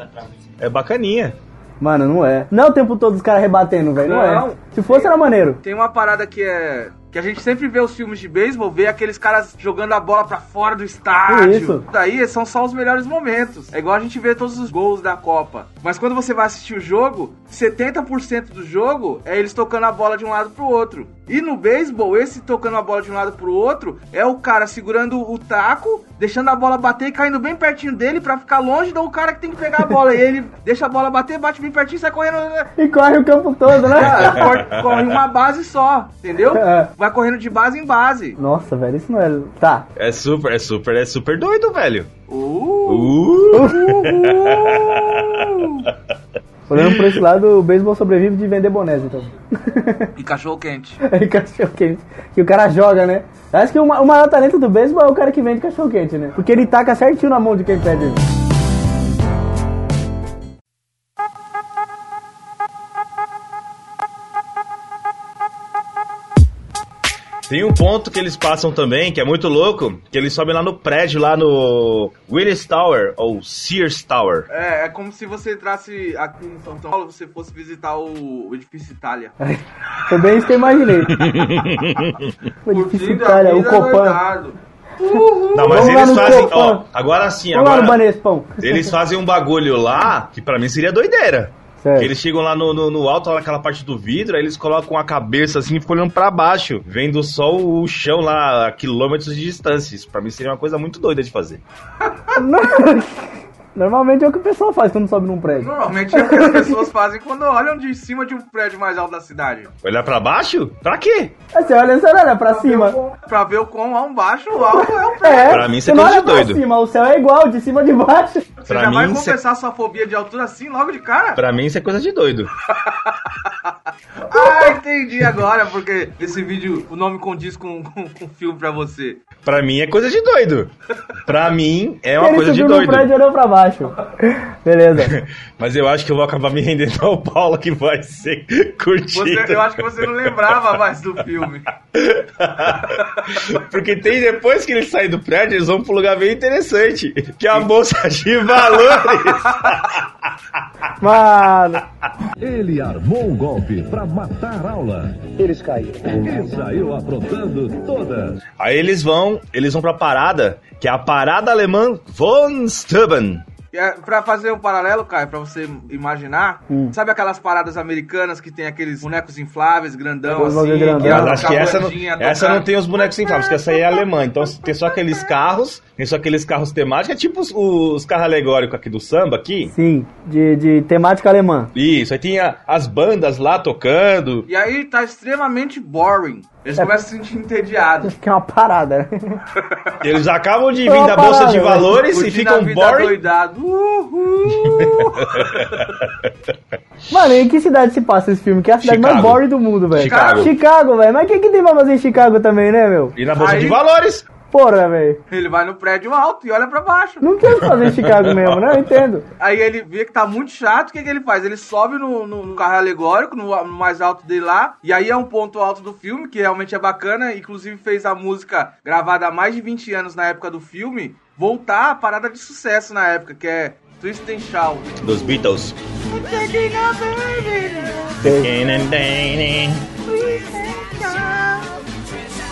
[SPEAKER 4] é bacaninha.
[SPEAKER 5] Mano, não é. Não é o tempo todo os caras rebatendo, velho. Não, é. Se fosse, era maneiro.
[SPEAKER 3] Tem uma parada que é. Que a gente sempre vê os filmes de beisebol, vê aqueles caras jogando a bola pra fora do estádio.
[SPEAKER 5] Isso.
[SPEAKER 3] Daí são só os melhores momentos. É igual a gente vê todos os gols da Copa. Mas quando você vai assistir o jogo, 70% do jogo é eles tocando a bola de um lado pro outro. E no beisebol, esse tocando a bola de um lado pro outro é o cara segurando o taco, deixando a bola bater e caindo bem pertinho dele pra ficar longe do cara que tem que pegar a bola. e ele deixa a bola bater, bate bem pertinho, sai correndo.
[SPEAKER 5] E corre o campo todo, né?
[SPEAKER 3] Cara, cor- corre uma base só, entendeu?
[SPEAKER 5] É.
[SPEAKER 3] Vai correndo de base em base.
[SPEAKER 5] Nossa, velho, isso não é. Tá.
[SPEAKER 4] É super, é super, é super doido, velho.
[SPEAKER 3] Uh,
[SPEAKER 4] Uh!
[SPEAKER 5] Olhando por esse lado, o beisebol sobrevive de vender bonés, então.
[SPEAKER 3] e cachorro quente.
[SPEAKER 5] Aí cachorro quente. Que o cara joga, né? Acho que o, ma- o maior talento do beisebol é o cara que vende cachorro quente, né? Porque ele taca certinho na mão de quem pede.
[SPEAKER 4] Tem um ponto que eles passam também, que é muito louco, que eles sobem lá no prédio, lá no Willis Tower, ou Sears Tower.
[SPEAKER 3] É, é como se você entrasse aqui em São Paulo, você fosse visitar o, o edifício Itália.
[SPEAKER 5] É, Foi bem isso que eu imaginei. Foi difícil,
[SPEAKER 3] Curtindo a
[SPEAKER 5] Itália, o
[SPEAKER 3] vida é
[SPEAKER 5] Copan.
[SPEAKER 3] Leonardo.
[SPEAKER 4] Não, mas
[SPEAKER 5] Vamos lá
[SPEAKER 4] eles
[SPEAKER 5] no
[SPEAKER 4] fazem, ó,
[SPEAKER 5] Copan.
[SPEAKER 4] agora sim,
[SPEAKER 5] Vamos lá no
[SPEAKER 4] agora
[SPEAKER 5] Banespão.
[SPEAKER 4] eles fazem um bagulho lá que pra mim seria doideira.
[SPEAKER 5] Certo.
[SPEAKER 4] Que eles chegam lá no, no, no alto, lá naquela parte do vidro, aí eles colocam a cabeça assim e ficam olhando pra baixo, vendo só o chão lá a quilômetros de distância. Isso pra mim seria uma coisa muito doida de fazer.
[SPEAKER 5] Ah, Normalmente é o que o pessoal faz quando sobe num prédio.
[SPEAKER 3] Normalmente é o que as pessoas fazem quando olham de cima de um prédio mais alto da cidade.
[SPEAKER 4] Olhar pra baixo? Pra quê?
[SPEAKER 5] Aí você olha, você olha pra cima.
[SPEAKER 3] Pra ver o quão lá um baixo, o alto é o prédio.
[SPEAKER 5] É,
[SPEAKER 4] Pra mim, você
[SPEAKER 5] não
[SPEAKER 4] tem
[SPEAKER 5] olha
[SPEAKER 4] de
[SPEAKER 5] pra
[SPEAKER 4] doido.
[SPEAKER 5] cima, o céu é igual, de cima e de baixo.
[SPEAKER 3] Você
[SPEAKER 4] Pra
[SPEAKER 3] já vai
[SPEAKER 4] mim, cê-
[SPEAKER 3] confessar sua fobia de altura assim logo de cara?
[SPEAKER 4] Pra mim isso é coisa de doido.
[SPEAKER 3] Ah, entendi agora, porque esse vídeo, o nome condiz com, com, com o filme pra você.
[SPEAKER 4] Pra mim é coisa de doido. Pra mim é uma
[SPEAKER 5] Ele
[SPEAKER 4] coisa de
[SPEAKER 5] subiu num
[SPEAKER 4] doido.
[SPEAKER 5] prédio e olhou pra baixo. Beleza.
[SPEAKER 4] Mas eu acho que eu vou acabar me rendendo ao Paulo que vai ser curtido.
[SPEAKER 3] Você- eu acho que você não lembrava mais do filme.
[SPEAKER 4] Porque tem depois que eles saem do prédio, eles vão pra um lugar bem interessante, que é a bolsa de valores.
[SPEAKER 5] Mano,
[SPEAKER 9] Ele armou um golpe para matar aula.
[SPEAKER 5] eles caíram.
[SPEAKER 9] E saiu aprontando todas.
[SPEAKER 4] Aí eles vão, eles vão pra parada, que é a parada alemã von Steuben.
[SPEAKER 3] É, pra fazer um paralelo, Caio, pra você imaginar,
[SPEAKER 4] Hum.
[SPEAKER 3] sabe aquelas paradas americanas que tem aqueles bonecos infláveis, grandão,
[SPEAKER 5] Os
[SPEAKER 3] assim,
[SPEAKER 5] bonecos grandão.
[SPEAKER 3] é
[SPEAKER 4] Mas
[SPEAKER 3] uma
[SPEAKER 4] acho que essa não,
[SPEAKER 3] cabanjinha
[SPEAKER 4] essa
[SPEAKER 3] tocando-
[SPEAKER 4] não tem os bonecos infláveis, porque essa aí é alemã. Então tem só aqueles carros, tem só aqueles carros temáticos, é tipo os, os carros alegóricos aqui do samba aqui.
[SPEAKER 5] Sim, de, de temática alemã.
[SPEAKER 4] Isso, aí tinha as bandas lá tocando.
[SPEAKER 3] E aí tá extremamente boring. Eles
[SPEAKER 4] É.
[SPEAKER 3] começam a se sentir entediados.
[SPEAKER 5] Que é uma parada, né?
[SPEAKER 4] Eles acabam de
[SPEAKER 5] É
[SPEAKER 4] vir
[SPEAKER 5] uma
[SPEAKER 4] da bolsa
[SPEAKER 5] parada,
[SPEAKER 4] de
[SPEAKER 5] né?
[SPEAKER 4] valores e
[SPEAKER 3] Curtindo a
[SPEAKER 4] ficam
[SPEAKER 3] vida
[SPEAKER 4] um boring.
[SPEAKER 3] doidado. Uhul!
[SPEAKER 5] Mano, e em que cidade se passa esse filme? Que é a cidade mais
[SPEAKER 4] Chicago.
[SPEAKER 5] boring do mundo, velho.
[SPEAKER 4] Chicago.
[SPEAKER 5] Chicago, velho. Mas o que, que tem pra fazer em Chicago também, né, meu?
[SPEAKER 4] E na bolsa
[SPEAKER 3] Aí-
[SPEAKER 4] de valores.
[SPEAKER 5] Porra, velho.
[SPEAKER 3] Ele vai no prédio alto e olha pra baixo.
[SPEAKER 5] Não tem o que fazer em Chicago mesmo, né? Eu entendo.
[SPEAKER 3] Aí ele vê que tá muito chato, o que, que ele faz? Ele sobe no, no- no carro alegórico, no, no mais alto dele lá, e aí é um ponto alto do filme, que realmente é bacana, inclusive fez a música gravada há mais de 20 anos na época do filme, voltar à parada de sucesso na época, que é Twist and Shout.
[SPEAKER 4] Dos Beatles.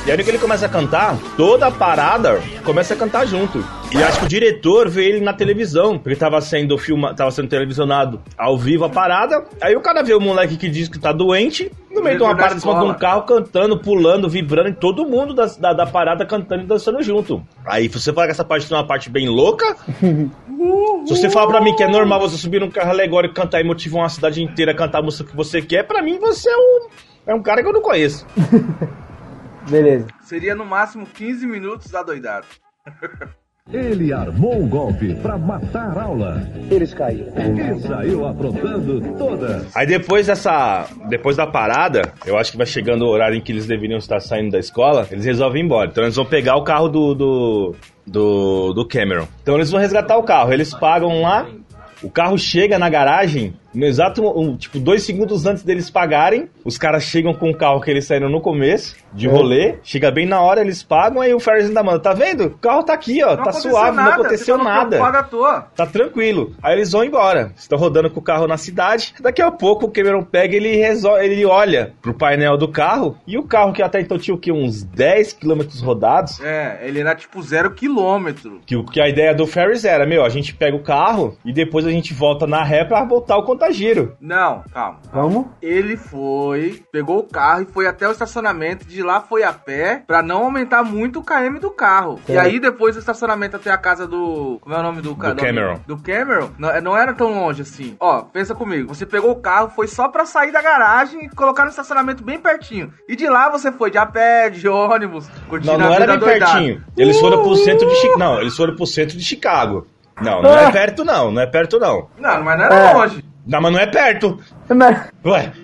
[SPEAKER 4] E aí que ele começa a cantar, toda a parada começa a cantar junto. E acho que o diretor vê ele na televisão, porque tava sendo filma, tava sendo televisionado ao vivo a parada. Aí o cara vê o moleque que diz que tá doente, no meio de
[SPEAKER 3] Dentro
[SPEAKER 4] uma
[SPEAKER 3] da
[SPEAKER 4] parada em cima de um
[SPEAKER 3] escola.
[SPEAKER 4] carro cantando, pulando, vibrando, e todo mundo da, da, da parada cantando e dançando junto. Aí você fala que essa parte é uma parte bem louca, se você falar pra mim que é normal você subir num carro alegórico, cantar e motivar uma cidade inteira a cantar a música que você quer, pra mim você é um, é um cara que eu não conheço.
[SPEAKER 5] Beleza.
[SPEAKER 3] Seria no máximo 15 minutos da doidada.
[SPEAKER 9] Ele armou um golpe para matar aula.
[SPEAKER 5] Eles caíram.
[SPEAKER 9] E saiu aprontando todas.
[SPEAKER 4] Aí depois dessa. Depois da parada, eu acho que vai chegando o horário em que eles deveriam estar saindo da escola, eles resolvem ir embora. Então eles vão pegar o carro do. do. do, do Cameron. Então eles vão resgatar o carro. Eles pagam lá. O carro chega na garagem No exato, um, tipo, dois segundos antes deles pagarem, os caras chegam com o carro que eles saíram no começo, de rolê, chega bem na hora, eles pagam, aí o Ferris ainda manda, tá vendo? O carro tá aqui, ó, tá
[SPEAKER 3] aconteceu
[SPEAKER 4] suave, não aconteceu
[SPEAKER 3] você tá
[SPEAKER 4] nada.
[SPEAKER 3] preocupado à toa.
[SPEAKER 4] Tá tranquilo. Aí eles vão embora. Estão rodando com o carro na cidade. Daqui a pouco o Cameron pega ele resolve, ele olha pro painel do carro. E o carro que até então tinha o quê? Uns 10 km rodados.
[SPEAKER 3] É, ele era tipo zero quilômetro.
[SPEAKER 4] Que, o- que a ideia do Ferris era, meu, a gente pega o carro e depois a gente volta na ré pra botar o contagiro.
[SPEAKER 3] Não, calma.
[SPEAKER 5] Vamos?
[SPEAKER 3] Ele foi, pegou o carro e foi até o estacionamento. De lá foi a pé pra não aumentar muito o KM do carro. E aí depois do estacionamento até a casa do. Como é o nome do cara?
[SPEAKER 4] Do Cameron.
[SPEAKER 3] Do Cameron. Não, é, não era tão longe assim. Ó, pensa comigo. Você pegou o carro, foi só pra sair da garagem e colocar no estacionamento bem pertinho. E de lá você foi de a pé, de ônibus, curtindo
[SPEAKER 4] Não, não
[SPEAKER 3] a
[SPEAKER 4] era
[SPEAKER 3] vida
[SPEAKER 4] bem
[SPEAKER 3] doidada. Uh!
[SPEAKER 4] pertinho. Eles foram pro centro de Chicago. Não, eles foram pro centro de Chicago. Não, não
[SPEAKER 3] Ah!
[SPEAKER 4] é perto não, não é perto não.
[SPEAKER 3] Não, mas não
[SPEAKER 5] É.
[SPEAKER 3] era longe.
[SPEAKER 4] Não, mas não é perto.
[SPEAKER 5] Mas-
[SPEAKER 4] Ué.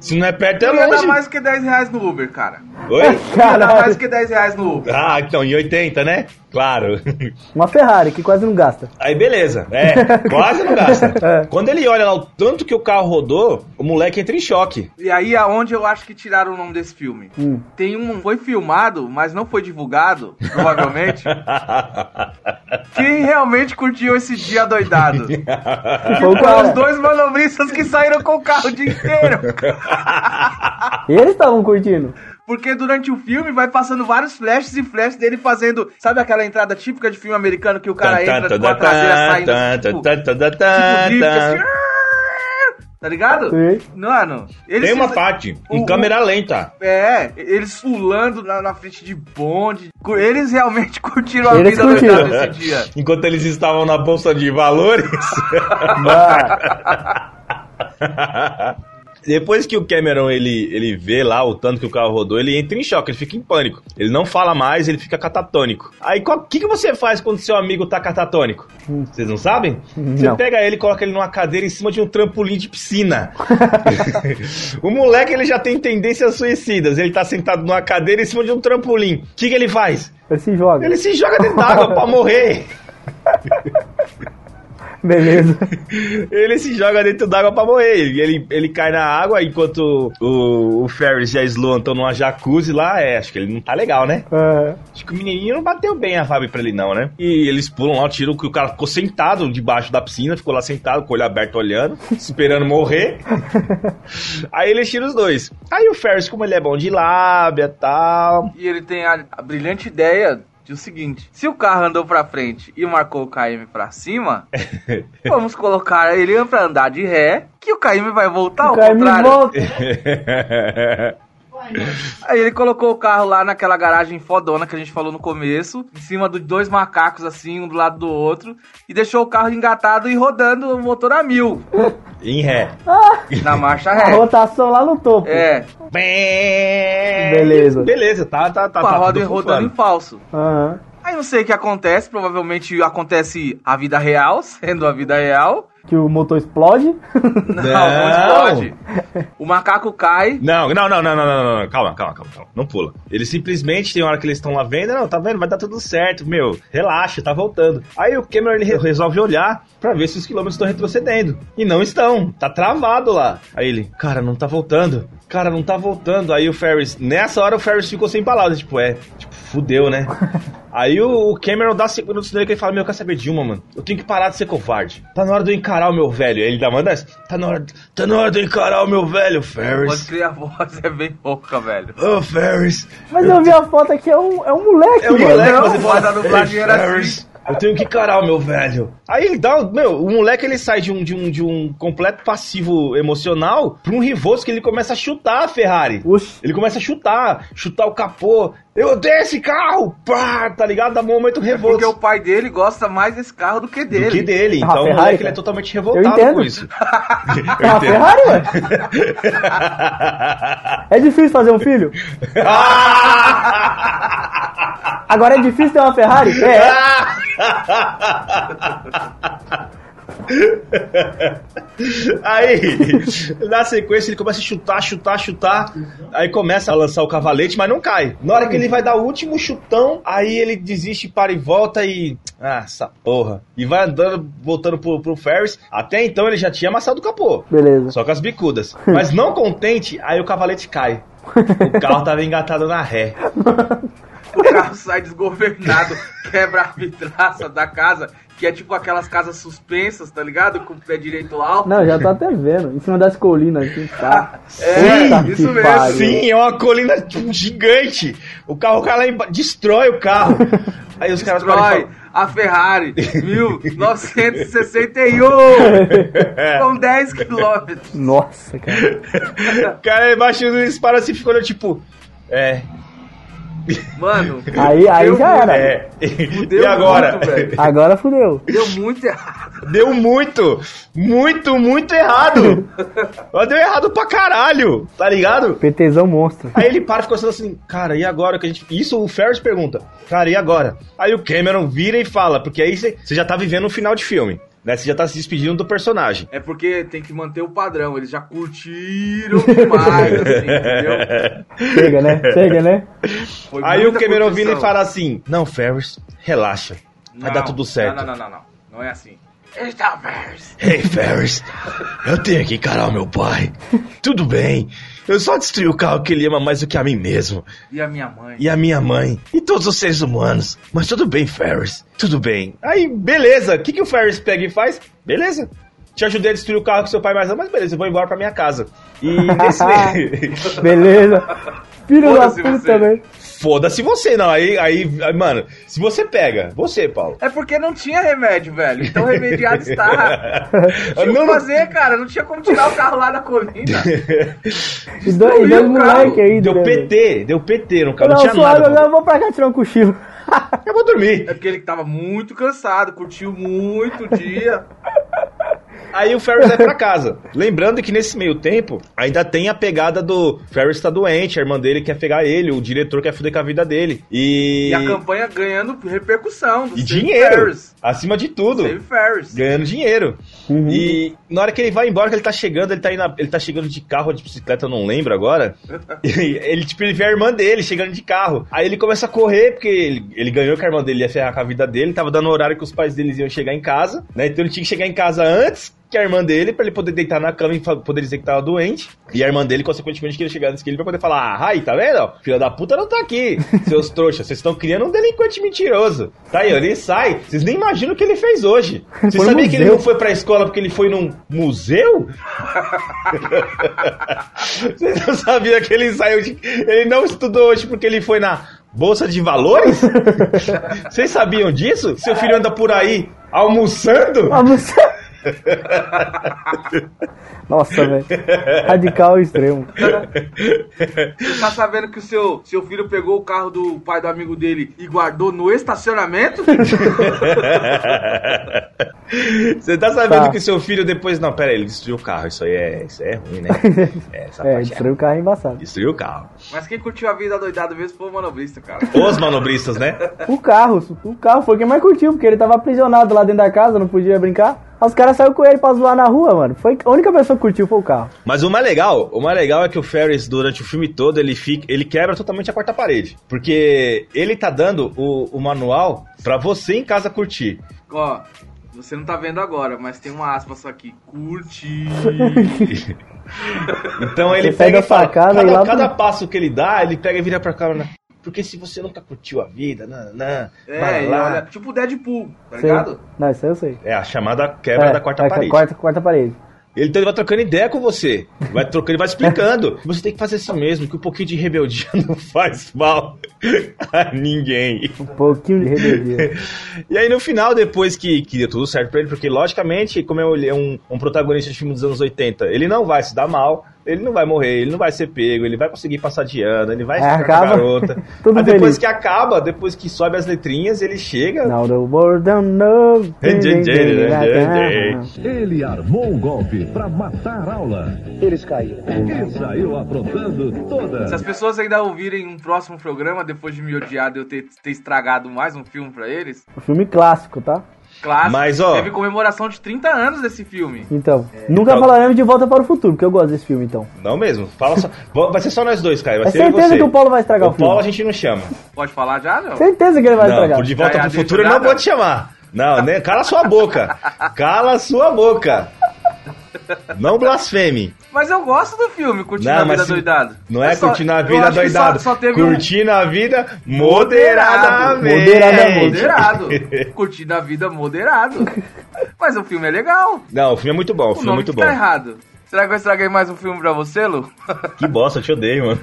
[SPEAKER 4] Se não é perto, é
[SPEAKER 3] Não ia dar
[SPEAKER 4] longe.
[SPEAKER 3] mais que 10 reais no Uber, cara. Não
[SPEAKER 4] Oi?
[SPEAKER 3] ia dar mais
[SPEAKER 5] Caralho.
[SPEAKER 3] que 10 reais no Uber.
[SPEAKER 4] Ah, então, em 80, né? Claro.
[SPEAKER 5] Uma Ferrari que quase não gasta.
[SPEAKER 4] Aí beleza. É, quase não gasta.
[SPEAKER 5] É.
[SPEAKER 4] Quando ele olha lá o tanto que o carro rodou, o moleque entra em choque.
[SPEAKER 3] E aí aonde eu acho que tiraram o nome desse filme.
[SPEAKER 5] Hum.
[SPEAKER 3] Tem um foi filmado, mas não foi divulgado, provavelmente. quem realmente curtiu esse dia doidado? Que
[SPEAKER 5] Foi o
[SPEAKER 3] foram os
[SPEAKER 5] cara.
[SPEAKER 3] dois manobristas que saíram com o carro o dia inteiro.
[SPEAKER 5] Eles estavam curtindo.
[SPEAKER 3] Porque durante o filme vai passando vários flashes e flashes dele fazendo, sabe aquela entrada típica de filme americano que o
[SPEAKER 5] Tá,
[SPEAKER 3] cara entra com a traseira saindo tipo, tipo drift, assim, "Ah!" Tá ligado?
[SPEAKER 5] Sim.
[SPEAKER 3] Mano, eles
[SPEAKER 4] Tem uma
[SPEAKER 3] fizeram-
[SPEAKER 4] parte em
[SPEAKER 3] o-
[SPEAKER 4] câmera lenta.
[SPEAKER 3] É, eles pulando na, na frente de bonde. Cu- Eles realmente curtiram a
[SPEAKER 5] Eles
[SPEAKER 3] vida
[SPEAKER 5] curtiram.
[SPEAKER 3] doidada desse dia.
[SPEAKER 4] Enquanto eles estavam na bolsa de valores.
[SPEAKER 5] Ah,
[SPEAKER 4] Depois que o Cameron ele, ele vê lá o tanto que o carro rodou, ele entra em choque, ele fica em pânico. Ele não fala mais, ele fica catatônico. Aí o que, que você faz quando seu amigo tá catatônico? Vocês não sabem? Você
[SPEAKER 5] Não.
[SPEAKER 4] pega ele e coloca ele numa cadeira em cima de um trampolim de piscina. o moleque ele já tem tendências suicidas. Ele tá sentado numa cadeira em cima de um trampolim. O que, que ele faz?
[SPEAKER 5] ele se joga.
[SPEAKER 4] Ele se joga dentro d'água pra morrer.
[SPEAKER 5] Beleza.
[SPEAKER 4] Ele se joga dentro d'água pra morrer. Ele, ele, ele cai na água enquanto o, o Ferris e a Sloan estão numa jacuzzi lá. É, acho que ele não tá legal, né?
[SPEAKER 5] É.
[SPEAKER 4] Acho que o menininho não bateu bem a vibe pra ele, não, né? E eles pulam lá, tiram que o cara ficou sentado debaixo da piscina, ficou lá sentado, com o olho aberto olhando, esperando morrer. Aí eles tiram os dois. Aí o Ferris, como ele é bom de lábia e tal.
[SPEAKER 3] E ele tem a, a brilhante ideia de o seguinte: se o carro andou pra frente e marcou o KM pra cima, vamos colocar ele pra andar de ré, que o KM vai voltar
[SPEAKER 5] O
[SPEAKER 3] ao
[SPEAKER 5] cara me
[SPEAKER 3] contrário.
[SPEAKER 5] volta.
[SPEAKER 3] Aí ele colocou o carro lá naquela garagem fodona que a gente falou no começo, em cima dos dois macacos, assim, um do lado do outro, e deixou o carro engatado e rodando o motor a mil,
[SPEAKER 4] em ré.
[SPEAKER 3] na marcha
[SPEAKER 5] A
[SPEAKER 3] ré.
[SPEAKER 5] rotação lá no topo.
[SPEAKER 3] É,
[SPEAKER 5] Beleza. Ah,
[SPEAKER 4] Beleza, tá, tá, tá.
[SPEAKER 3] com a
[SPEAKER 4] tá
[SPEAKER 3] roda
[SPEAKER 4] tudo
[SPEAKER 3] rodando em
[SPEAKER 4] funfando.
[SPEAKER 3] falso.
[SPEAKER 5] Aham.
[SPEAKER 3] Aí não sei o que acontece, provavelmente acontece a vida real, sendo a vida real.
[SPEAKER 5] Que o motor explode.
[SPEAKER 3] Não,
[SPEAKER 4] Não.
[SPEAKER 3] não explode. O macaco cai.
[SPEAKER 4] Não, não, não, não, não, não, não, não. Calma, calma, calma, calma. Não pula. Eles simplesmente tem hora que eles estão lá vendo, não, tá vendo? Vai dar tudo certo, meu. Relaxa, tá voltando. Aí o Cameron ele re- resolve olhar pra ver se os quilômetros estão retrocedendo. E não estão. Tá travado lá. Aí ele, cara, não tá voltando. Cara, não tá voltando. Aí o Ferris, nessa hora o Ferris ficou sem palavras, tipo, é, tipo, fudeu, né? Aí o o Cameron dá cinco minutos nele que ele fala: Meu, quer saber de uma, mano? Eu tenho que parar de ser covarde. Tá na hora de eu encarar o meu velho. Aí ele dá manda essa. Tá na hora, tá na hora de eu encarar o meu velho, Ferris.
[SPEAKER 3] Pode crer, a voz é bem pouca, velho.
[SPEAKER 4] Ô, Ferris!
[SPEAKER 5] Mas eu vi a foto aqui, é um, é um moleque,
[SPEAKER 4] É o
[SPEAKER 5] mano.
[SPEAKER 4] moleque
[SPEAKER 3] não,
[SPEAKER 4] você
[SPEAKER 3] mas a
[SPEAKER 4] fala,
[SPEAKER 3] dublagem
[SPEAKER 4] "Ei,
[SPEAKER 3] era assim."
[SPEAKER 4] Ferris, eu tenho que encarar o meu velho. Aí ele dá, um- meu, o moleque ele sai de um, de um, de um completo passivo emocional pra um rivoso que ele começa a chutar a Ferrari.
[SPEAKER 5] Oxi.
[SPEAKER 4] Ele começa a chutar, chutar o capô. Eu odeio esse carro! Pá, tá ligado? Dá um momento revolto.
[SPEAKER 3] Porque o pai dele gosta mais desse carro do que dele.
[SPEAKER 4] Do que dele.
[SPEAKER 5] Ah,
[SPEAKER 4] Então o
[SPEAKER 5] Ferrari,
[SPEAKER 4] moleque ele
[SPEAKER 5] cara.
[SPEAKER 4] é totalmente
[SPEAKER 5] Eu
[SPEAKER 4] revoltado
[SPEAKER 5] entendo.
[SPEAKER 4] com isso.
[SPEAKER 5] É uma Ferrari, ué. É difícil fazer um filho?
[SPEAKER 4] Ah!
[SPEAKER 5] Agora é difícil ter uma Ferrari? É.
[SPEAKER 4] Aí, na sequência, ele começa a chutar, chutar, chutar. Aí começa a lançar o cavalete, mas não cai. Na hora que ele vai dar o último chutão, aí ele desiste, para e volta e. Ah, essa porra. E vai andando, voltando pro, pro Ferris. Até então ele já tinha amassado o capô.
[SPEAKER 5] Beleza.
[SPEAKER 4] Só com as bicudas. Mas não contente, aí o cavalete cai. O carro tava engatado na ré.
[SPEAKER 3] O carro sai desgovernado, quebra a vidraça da casa, que é tipo aquelas casas suspensas, tá ligado? Com o pé direito alto.
[SPEAKER 5] Não, já tô até vendo. Em cima das colinas aqui, tá?
[SPEAKER 3] É,
[SPEAKER 5] Puta
[SPEAKER 3] isso
[SPEAKER 5] que
[SPEAKER 3] mesmo,
[SPEAKER 5] pariu.
[SPEAKER 4] Sim, é uma colina tipo, gigante. O carro cai lá embaixo, destrói o carro. Aí os caras param e
[SPEAKER 3] Destrói
[SPEAKER 4] falam,
[SPEAKER 3] a Ferrari 1961
[SPEAKER 4] "É,
[SPEAKER 3] com 10 quilômetros.
[SPEAKER 5] Nossa, cara.
[SPEAKER 4] O cara lá embaixo eles param assim, ficam olhando tipo. É,
[SPEAKER 3] Mano,
[SPEAKER 5] Aí, aí
[SPEAKER 3] deu
[SPEAKER 5] já
[SPEAKER 3] muito-
[SPEAKER 5] era.
[SPEAKER 4] é.
[SPEAKER 3] Fudeu
[SPEAKER 4] e agora?
[SPEAKER 3] muito, velho.
[SPEAKER 5] Agora fudeu.
[SPEAKER 3] Deu muito errado.
[SPEAKER 4] Deu muito, muito, muito errado. Mas Deu errado pra caralho, tá ligado?
[SPEAKER 5] PTzão monstro.
[SPEAKER 4] Aí ele para e fica sendo assim, cara, e agora que a gente. Isso o Ferris pergunta, cara, e agora? Aí o Cameron vira e fala, porque aí você você já tá vivendo um final de filme, né? Você já tá se despedindo do personagem.
[SPEAKER 3] É porque tem que manter o padrão, eles já curtiram demais, assim, entendeu?
[SPEAKER 5] Chega, né? Chega, né?
[SPEAKER 3] Foi
[SPEAKER 4] É. Aí o
[SPEAKER 3] muita
[SPEAKER 4] Cameron
[SPEAKER 3] curtição.
[SPEAKER 4] vira e fala assim: Não, Ferris, relaxa. Vai
[SPEAKER 3] Não,
[SPEAKER 4] dar tudo certo.
[SPEAKER 3] Não, não, não, não, não. Não é assim. Eita, Ferris.
[SPEAKER 4] Ei, Ferris, eu tenho que encarar o meu pai. Tudo bem. Eu só destruí o carro que ele ama mais do que a mim mesmo.
[SPEAKER 3] E a minha mãe?
[SPEAKER 4] E a minha mãe. E todos os seres humanos. Mas tudo bem, Ferris. Tudo bem. Aí, beleza. O que, que o Ferris pega e faz? Beleza. Te ajudei a destruir o carro que seu pai mais ama, mas beleza, eu vou embora pra minha casa. E nesse meio.
[SPEAKER 5] Beleza. Filho da
[SPEAKER 3] Foda-se você.
[SPEAKER 5] puta, velho.
[SPEAKER 4] Foda-se você, não. Aí, aí, aí, mano, se você pega, você, Paulo.
[SPEAKER 3] É porque não tinha remédio, velho. Então remediado está. Tinha o
[SPEAKER 4] Não,
[SPEAKER 3] que
[SPEAKER 4] não-
[SPEAKER 3] tá fazer, cara. Não tinha como tirar o carro lá da colina.
[SPEAKER 5] E dois, e dois
[SPEAKER 3] o
[SPEAKER 5] moleque
[SPEAKER 3] carro.
[SPEAKER 5] aí,
[SPEAKER 4] Deu
[SPEAKER 5] né,
[SPEAKER 4] PT, deu PT no
[SPEAKER 5] velho?
[SPEAKER 4] carro, não,
[SPEAKER 5] Não,
[SPEAKER 4] tinha
[SPEAKER 5] suave,
[SPEAKER 4] nada.
[SPEAKER 5] eu vou pra cá tirar um cochilo.
[SPEAKER 4] Eu vou
[SPEAKER 3] É
[SPEAKER 4] dormir.
[SPEAKER 3] porque ele tava muito cansado, curtiu muito o dia.
[SPEAKER 4] Aí o Ferris vai pra casa. Lembrando que nesse meio tempo, ainda tem a pegada do Ferris tá doente, a irmã dele quer pegar ele, o diretor quer foder com a vida dele. E.
[SPEAKER 3] E a campanha ganhando repercussão. Do
[SPEAKER 4] e
[SPEAKER 3] Save
[SPEAKER 4] dinheiro.
[SPEAKER 3] Ferris.
[SPEAKER 4] Acima de tudo.
[SPEAKER 3] Save Ferris.
[SPEAKER 4] Ganhando dinheiro. E na hora que ele vai embora, que ele tá chegando, ele tá, indo, na- ele tá chegando de carro ou de bicicleta, eu não lembro agora. E ele, tipo, ele vê a irmã dele chegando de carro. Aí ele começa a correr, porque ele, ele ganhou que a irmã dele ia ferrar com a vida dele. Tava dando o horário que os pais deles iam chegar em casa, né? Então ele tinha que chegar em casa antes que a irmã dele, pra ele poder deitar na cama e fa- poder dizer que tava doente. E a irmã dele, consequentemente, queria chegar antes que ele pra poder falar: Ah, aí, tá vendo? Filha da puta não tá aqui, seus trouxas. Vocês estão criando um delinquente mentiroso. Tá aí, ó, ele sai. Vocês nem imaginam o que ele fez hoje. Você
[SPEAKER 5] Foi no
[SPEAKER 4] sabia que ele
[SPEAKER 5] museu.
[SPEAKER 4] não foi pra escola porque ele foi num museu? Vocês não sabiam que ele saiu de. Ele não estudou hoje porque ele foi na Bolsa de Valores? Vocês sabiam disso? Seu filho anda por aí almoçando?
[SPEAKER 5] Ah, você- Nossa, velho. Radical ao extremo.
[SPEAKER 3] Você tá sabendo que o seu, seu filho pegou o carro do pai do amigo dele e guardou no estacionamento?
[SPEAKER 4] Você tá sabendo
[SPEAKER 5] Tá.
[SPEAKER 4] que seu filho depois. Não, pera aí, ele destruiu o carro. Isso aí é, isso aí é ruim, né? É, essa
[SPEAKER 5] É,
[SPEAKER 4] parte
[SPEAKER 5] destruiu o carro é
[SPEAKER 4] é-
[SPEAKER 5] embaçado.
[SPEAKER 4] Destruiu o carro.
[SPEAKER 3] Mas quem curtiu a vida doidada mesmo foi o manobrista, cara.
[SPEAKER 4] Os manobristas, né?
[SPEAKER 5] O carro, o carro foi quem mais curtiu, porque ele tava aprisionado lá dentro da casa, não podia brincar. Aí Os caras saíram com ele pra zoar na rua, mano. Foi a única pessoa que curtiu foi o carro.
[SPEAKER 4] Mas o mais legal, o mais legal é que o Ferris, durante o filme todo, ele fica, ele quebra totalmente a quarta parede. Porque ele tá dando o, o manual pra você em casa curtir.
[SPEAKER 3] Ó, você não tá vendo agora, mas tem uma aspa só aqui. Curti.
[SPEAKER 4] Então ele
[SPEAKER 5] Você pega
[SPEAKER 4] pega e
[SPEAKER 5] a
[SPEAKER 4] fala,
[SPEAKER 5] facada
[SPEAKER 4] cada,
[SPEAKER 5] e lá
[SPEAKER 4] cada
[SPEAKER 5] pro-
[SPEAKER 4] passo que ele dá, ele pega e vira pra câmera. né? Porque se você nunca curtiu a vida, não, não,
[SPEAKER 3] É,
[SPEAKER 4] vai
[SPEAKER 3] e
[SPEAKER 4] lá.
[SPEAKER 3] olha, tipo o Deadpool, tá
[SPEAKER 5] Sei-
[SPEAKER 3] ligado?
[SPEAKER 5] Não, isso aí eu sei.
[SPEAKER 4] É a chamada quebra da quarta
[SPEAKER 5] é,
[SPEAKER 4] parede.
[SPEAKER 5] Quarta, quarta parede.
[SPEAKER 4] Ele, então, ele vai trocando ideia com você. Vai trocando, ele vai explicando. Você tem que fazer isso mesmo, que um pouquinho de rebeldia não faz mal a ninguém.
[SPEAKER 5] Um pouquinho de rebeldia.
[SPEAKER 4] E aí no final, depois que, que deu tudo certo pra ele, porque logicamente, como ele é um, um protagonista de filme dos anos 80, ele não vai se dar mal, ele não vai morrer, ele não vai ser pego, ele vai conseguir passar de ano, ele vai
[SPEAKER 5] É,
[SPEAKER 4] ficar com a
[SPEAKER 5] acaba.
[SPEAKER 4] garota.
[SPEAKER 5] Tudo
[SPEAKER 4] Aí depois
[SPEAKER 5] feliz.
[SPEAKER 4] que acaba, depois que sobe as letrinhas, ele chega.
[SPEAKER 5] Now the world don't know.
[SPEAKER 9] Ele armou um golpe para matar aula.
[SPEAKER 5] Eles caíram.
[SPEAKER 9] E saiu aprontando toda.
[SPEAKER 3] Se as pessoas ainda ouvirem um próximo programa, depois de me odiar de eu ter, ter estragado mais um filme pra eles,
[SPEAKER 5] Um filme clássico, tá?
[SPEAKER 3] Clássico.
[SPEAKER 4] Mas, ó-
[SPEAKER 3] Teve comemoração de 30 anos desse filme.
[SPEAKER 5] Então, nunca
[SPEAKER 4] então-
[SPEAKER 5] falaremos de Volta para o Futuro, porque eu gosto desse filme, então.
[SPEAKER 4] Não mesmo. Fala só. Va- Vai ser só nós dois, Caio. Vai
[SPEAKER 5] É
[SPEAKER 4] ser eu e
[SPEAKER 5] certeza
[SPEAKER 4] você.
[SPEAKER 5] que o Paulo vai estragar o
[SPEAKER 4] O Paulo
[SPEAKER 5] filme.
[SPEAKER 4] a gente não chama.
[SPEAKER 3] Pode falar já, não?
[SPEAKER 5] Certeza que ele vai
[SPEAKER 4] não,
[SPEAKER 5] estragar.
[SPEAKER 4] por de volta
[SPEAKER 3] Caio,
[SPEAKER 4] pro
[SPEAKER 3] a gente
[SPEAKER 4] futuro eu não
[SPEAKER 3] jogada.
[SPEAKER 4] vou te chamar. Não, né? Cala sua boca. Cala sua boca. Não blasfeme.
[SPEAKER 3] Mas eu gosto do filme, Curtindo
[SPEAKER 4] Não,
[SPEAKER 3] a Vida
[SPEAKER 4] mas se-
[SPEAKER 3] doidado.
[SPEAKER 4] Não é
[SPEAKER 3] Eu só-
[SPEAKER 4] curtindo a
[SPEAKER 3] eu
[SPEAKER 4] vida
[SPEAKER 3] acho que só-
[SPEAKER 4] doidada.
[SPEAKER 3] Só, teve um-
[SPEAKER 4] Curtindo a vida moderadamente.
[SPEAKER 5] Moderadamente.
[SPEAKER 3] É, Moderado. Curtindo a vida moderado. Mas o filme é legal.
[SPEAKER 4] Não, o filme é muito bom. O,
[SPEAKER 3] O
[SPEAKER 4] filme é
[SPEAKER 3] nome
[SPEAKER 4] muito
[SPEAKER 3] que
[SPEAKER 4] bom.
[SPEAKER 3] tá errado. Será que eu estraguei mais um filme pra você, Lu?
[SPEAKER 4] Que bosta, eu te odeio, mano.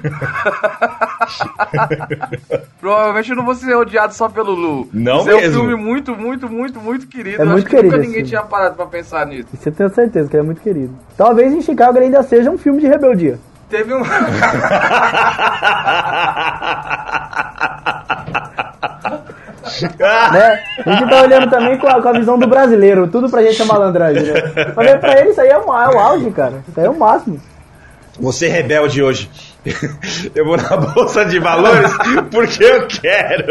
[SPEAKER 3] Provavelmente eu não vou ser odiado só pelo Lu.
[SPEAKER 4] Não
[SPEAKER 3] Isso é um
[SPEAKER 4] mesmo.
[SPEAKER 3] filme muito, muito, muito, muito querido.
[SPEAKER 5] É
[SPEAKER 3] Eu acho
[SPEAKER 5] muito
[SPEAKER 3] que
[SPEAKER 5] querido
[SPEAKER 3] nunca
[SPEAKER 5] esse
[SPEAKER 3] ninguém
[SPEAKER 5] filme.
[SPEAKER 3] tinha parado pra pensar nisso.
[SPEAKER 5] Isso eu tenho certeza que ele é muito querido. Talvez em Chicago ele ainda seja um filme de rebeldia.
[SPEAKER 3] Teve um.
[SPEAKER 5] Né? A gente tá olhando também com a, com a visão do brasileiro. Tudo pra gente é malandragem, né? Mas né, pra ele isso aí é, um, é o auge, cara. Isso aí é o máximo.
[SPEAKER 4] Você é rebelde hoje. Eu vou na bolsa de valores porque eu quero.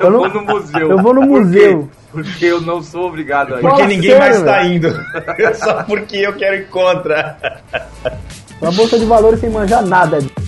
[SPEAKER 5] Eu não-
[SPEAKER 3] vou no museu.
[SPEAKER 5] eu vou no
[SPEAKER 3] Por quê?
[SPEAKER 5] museu.
[SPEAKER 3] Porque eu não sou obrigado a ir.
[SPEAKER 5] Fala
[SPEAKER 4] Porque ninguém
[SPEAKER 5] sério,
[SPEAKER 4] mais tá
[SPEAKER 5] velho.
[SPEAKER 4] indo. Só porque eu quero ir contra.
[SPEAKER 5] Uma bolsa de valores sem manjar nada.